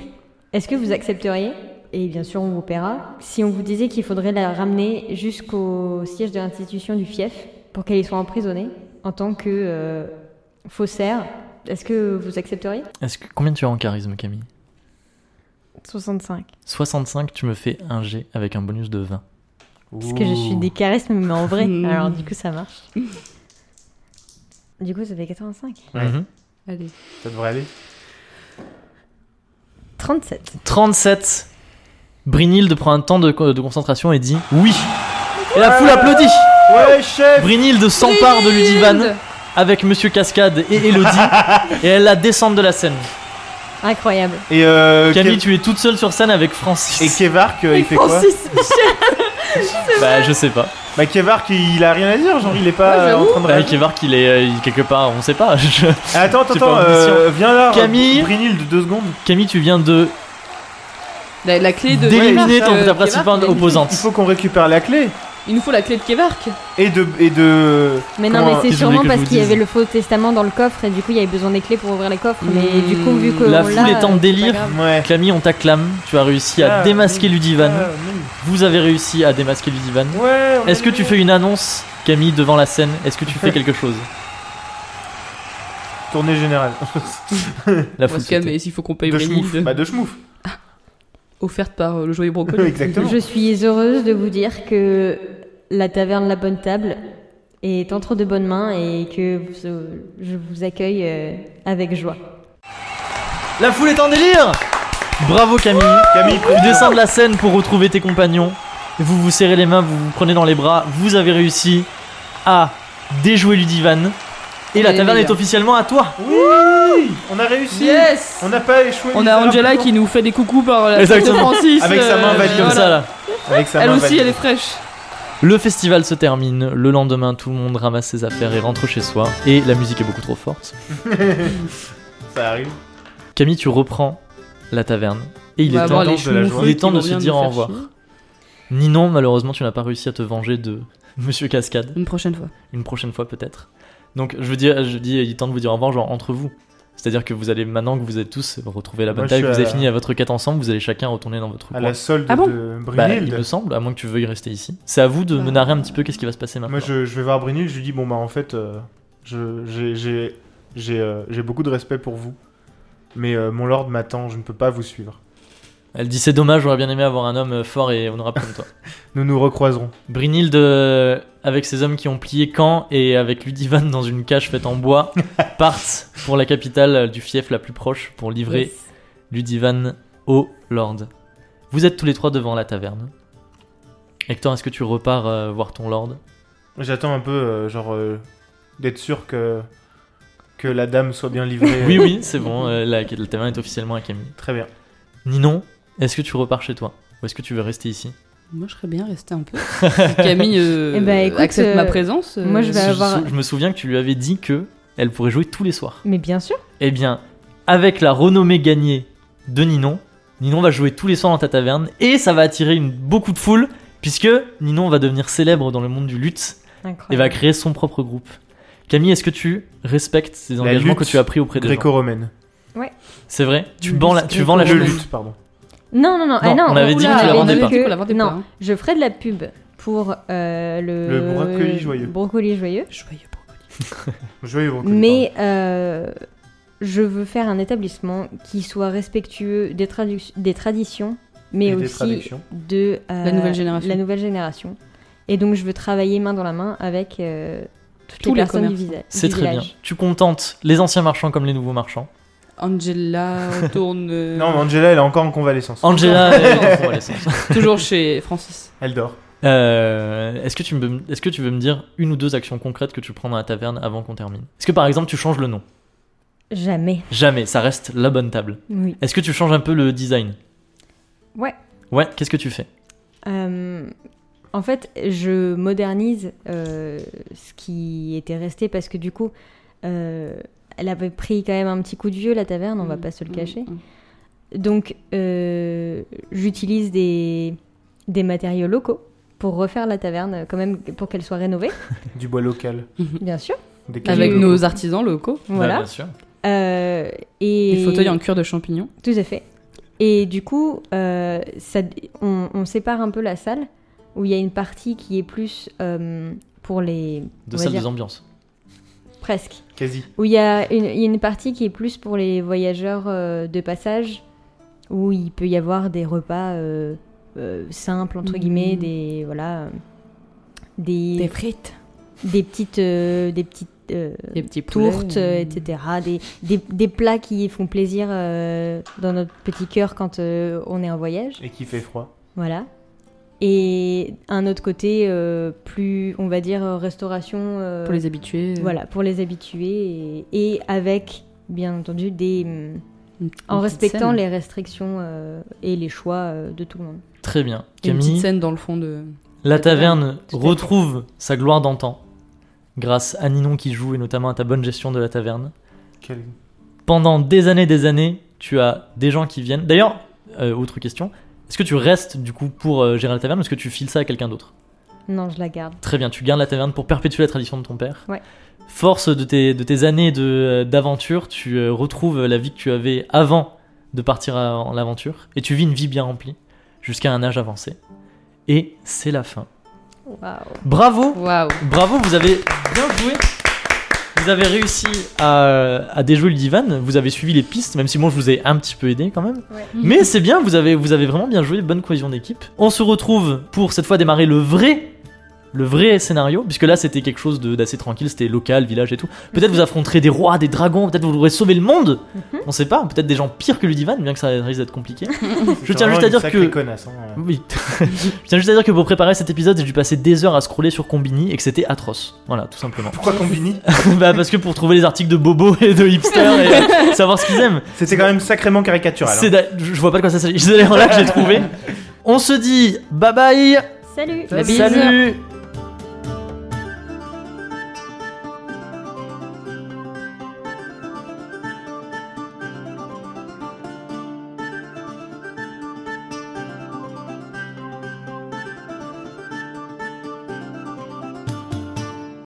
Est-ce que vous accepteriez Et bien sûr, on vous paiera. Si on vous disait qu'il faudrait la ramener jusqu'au siège de l'institution du fief pour qu'elle y soit emprisonnée en tant que euh, faussaire, est-ce que vous accepteriez
Est-ce que, combien tu as en charisme, Camille
65.
65, tu me fais un G avec un bonus de 20.
Parce que je suis des charismes, mais en vrai. Alors, du coup, ça marche. Du coup, ça fait 85.
Ouais.
Mhm.
Allez.
Ça devrait aller.
37.
37. Brynhilde prend un temps de, de concentration et dit oui. Et la foule applaudit.
Ouais, chef
Brynhilde s'empare de Ludivan
Brynhilde
avec Monsieur Cascade et Elodie et elle la descend de la scène.
Incroyable.
Et euh,
Camille,
Kev-
tu es toute seule sur scène avec
Et
Francis.
Kevark, euh, il fait quoi
Francis Michel
Bah, je sais pas.
Bah Kevark, il a rien à dire, genre il est pas
Ouais,
euh, en
j'avoue.
train de
Bah,
réagir.
Kevar, qu'il est euh, il- quelque part, on sait pas. Je-
Attends, attends,
C'est pas
attends,
une mission.
euh, viens là,
Camille.
Brinil de deux secondes.
Camille, tu viens de
la, la clé de.
d'éliminer
Kevark,
ton-
euh,
ta
Kevark,
principale
il a-
opposante.
Il faut qu'on récupère la clé
Il nous faut la clé de Kevark.
et de et de.
Mais non,
Comment-
mais c'est
qu'est-ce que vous voulez
sûrement
que je
parce
vous
qu'il y
dise
avait le faux testament dans le coffre et du coup, il y avait besoin des clés pour ouvrir les coffres. Mais
Mmh.
du coup, vu que
La
on
foule
l'a, euh,
est en
c'est pas
délire.
grave.
Ouais.
Camille, on t'acclame. Tu as réussi à
Ah,
démasquer
oui.
Ludivan.
Ah, oui.
Vous avez réussi à démasquer Ludivan.
Ouais. on
Est-ce que
est
tu
là.
fais une annonce, Camille, devant la scène Est-ce que tu fais quelque chose
tournée générale
La
On va
foule
se calmer
s'était-
s'il faut qu'on paye
de schmouf
Brynhilde.
Bah de schmouf.
Offerte par euh, le joyeux brocoli.
Exactement.
Je suis heureuse de vous dire que la taverne La Bonne Table est entre de bonnes mains et que vous- je vous accueille euh, avec joie.
La foule est en délire Bravo Camille
Camille,
Tu descends de la scène pour retrouver tes compagnons. Vous vous serrez les mains, vous vous prenez dans les bras. Vous avez réussi à déjouer Ludivan. Et la
Et
taverne est
meilleur.
officiellement à toi.
Oui, on a réussi.
Yes
On n'a pas échoué.
On a Angela
misérablement.
qui nous fait des coucous par la tête de
Exactement.
Francis.
Avec sa main valide
Euh, Comme
voilà.
ça là.
Avec sa
Elle
main
aussi,
valide.
elle est fraîche.
Le festival se termine. Le lendemain, tout le monde ramasse ses affaires et rentre chez soi. Et la musique est beaucoup trop forte.
Ça arrive.
Camille, tu reprends la taverne. Et il
On va
est
avoir
temps.
les
de la
schmouflés
joie.
Il est
qui
temps de
vont
se
bien
dire
nous
au
faire
revoir.
chier.
Ninon, malheureusement, tu n'as pas réussi à te venger de Monsieur Cascade.
Une prochaine fois.
une prochaine fois peut-être. Donc je veux dire, je dis, il est temps de vous dire au revoir, genre entre vous. C'est-à-dire que vous allez maintenant que vous êtes tous retrouver la
Moi,
bonne
je
taille, que vous
suis à
avez
la-
fini à votre quête ensemble, vous allez chacun retourner dans votre
À
coin.
la solde
Ah bon
de
Bah, il
Brunhilde.
me semble, à moins que tu veuilles rester ici. C'est à vous de me
Bah.
narrer un petit peu qu'est-ce qui va se passer maintenant.
Moi, je, je vais voir Brunhilde, je lui dis bon bah en fait, euh, je j'ai j'ai j'ai euh, j'ai beaucoup de respect pour vous, mais euh, mon lord m'attend, je ne peux pas vous suivre.
Elle dit c'est dommage, j'aurais bien aimé avoir un homme euh, fort et honorable comme toi.
Nous nous recroiserons.
Brynhilde, euh, avec ses hommes qui ont plié Caen et avec Ludivan dans une cage faite en bois, partent pour la capitale euh, du fief la plus proche pour livrer
Yes.
Ludivan au Oh, Lord. Vous êtes tous les trois devant la taverne. Hector, est-ce que tu repars euh, voir ton Lord
J'attends un peu euh, genre euh, d'être sûr que que la dame soit bien livrée.
Oui, oui, c'est bon, euh, la, la taverne est officiellement à Camille.
Très bien.
Ninon, est-ce que tu repars chez toi Ou est-ce que tu veux rester ici
Moi, je serais bien restée un peu. Si Camille euh,
Eh ben, écoute,
accepte
euh,
ma présence. euh,
moi, je vais
je,
avoir-
sou- je me souviens que tu lui avais dit que elle pourrait jouer tous les soirs.
Mais bien sûr.
Eh bien, avec la renommée gagnée de Ninon, Ninon va jouer tous les soirs dans ta taverne et ça va attirer une, beaucoup de foule puisque Ninon va devenir célèbre dans le monde du luth et va
Incroyable.
créer son propre groupe. Camille, est-ce que tu respectes ces engagements
lutte
que tu as pris auprès des gens
Gréco-romaine.
C'est vrai Tu,
Le
vends la,
lutte
tu vends la
Le
gréco-romaine.
chute
lutte, pardon.
Non, non, non. ah,
Non,
non.
on avait dit
Oula,
que tu la
on
vendais
avait
pas.
dit qu'on la vendait
Non,
pas, hein.
je ferai de la pub pour euh, le...
Le brocoli joyeux.
brocoli joyeux.
Joyeux brocoli.
Joyeux brocoli,
Mais euh, je veux faire un établissement qui soit respectueux des, tradu- des traditions, mais
Et des
aussi
traductions.
de euh,
La nouvelle génération.
la nouvelle génération. Et donc, je veux travailler main dans la main avec euh, toutes
Tous les
les, personnes du, visa-
C'est
du
très bien.
village.
Tu contentes les anciens marchands comme les nouveaux marchands.
Angela retourne euh,
pardon. Non, mais Angela, elle est encore en convalescence.
Angela, euh, bon, laisse.
toujours chez Francis.
Elle dort.
Euh, est-ce que tu me, est-ce que tu veux me dire une ou deux actions concrètes que tu prends dans la taverne avant qu'on termine Est-ce que par exemple tu changes le nom
Jamais.
Jamais, ça reste la bonne table.
Oui.
Est-ce que tu changes un peu le design
Ouais.
Ouais. Qu'est-ce que tu fais
Euh, en fait, je modernise euh, ce qui était resté parce que du coup, euh, elle avait pris quand même un petit coup de vieux la taverne,
Mm.
on va pas se le cacher. Donc, euh, j'utilise des, des matériaux locaux pour refaire la taverne, quand même, pour qu'elle soit rénovée,
Du bois local.
bien sûr.
Des
Avec
cadeaux.
nos artisans locaux.
Bah,
Voilà.
bien sûr.
Euh, et
Des fauteuils en cuir de champignons.
Tout à fait. Et du coup, euh, ça- on, on sépare un peu la salle où il y a une partie qui est plus euh, pour les
De
on va
salle
dire-
des ambiances.
presque
Quasi.
où il y, a une- il y a une partie qui est plus pour les voyageurs euh, de passage, où il peut y avoir des repas euh, euh, simples, entre
Mhm.
guillemets, des, voilà, euh, des, des...
frites.
petites, euh, des petites euh,
Des petits poulets.
tourtes, euh, etc. Des, des, des plats qui font plaisir euh, dans notre petit cœur quand euh, on est en voyage.
Et qui fait froid.
Voilà. Et un autre côté euh, plus, on va dire, euh, restauration. euh,
Pour les habitués.
voilà, pour les habituer et, et avec, bien entendu, des, hum,
Une-
en
une petite
respectant
scène.
les restrictions euh, et les choix euh, de tout le monde.
Très bien.
Une petite
Camille,
scène dans le fond de.
la taverne
Tout à fait.
retrouve sa gloire d'antan grâce à Ninon qui joue et notamment à ta bonne gestion de la taverne.
Quel-
pendant des années, des années, tu as des gens qui viennent. D'ailleurs, euh, autre question, est-ce que tu restes du coup pour euh, gérer la taverne ou est-ce que tu files ça à quelqu'un d'autre
Non, je la garde.
Très bien, tu gardes la taverne pour perpétuer la tradition de ton père.
Ouais.
Force de tes, de tes années de, euh, d'aventure, tu euh, retrouves la vie que tu avais avant de partir à- en l'aventure et tu vis une vie bien remplie jusqu'à un âge avancé. Et c'est la fin.
Waouh.
Bravo
Waouh.
Bravo, vous avez bien joué. Vous avez réussi à, à déjouer le divan. Vous avez suivi les pistes, même si moi je vous ai un petit peu aidé quand même. Mais c'est bien, vous avez, vous avez vraiment bien joué, bonne cohésion d'équipe. On se retrouve pour cette fois démarrer le vrai, le vrai scénario, puisque là c'était quelque chose de- d'assez tranquille, c'était local, village et tout. Peut-être vous affronterez des rois, des dragons, peut-être vous devrez sauver le monde. On sait pas, peut-être des gens pires que le divan, bien que ça risque d'être compliqué.
C'est
tiens
vraiment
juste à
une
dire
sacrée
que-
connasse, hein.
Oui. Je tiens juste à dire que pour préparer cet épisode, j'ai dû passer des heures à scroller sur Combini et que c'était atroce. Voilà, tout simplement.
Pourquoi Combini
bah parce que pour trouver les articles de bobo et de hipster et euh, savoir ce qu'ils aiment.
C'était quand même sacrément caricatural. hein.
C'est d'a- je je vois pas de quoi ça s'agit. C'est d'ailleurs là que j'ai trouvé. On se dit bye bye.
Salut
Bye. Bisous.
Salut.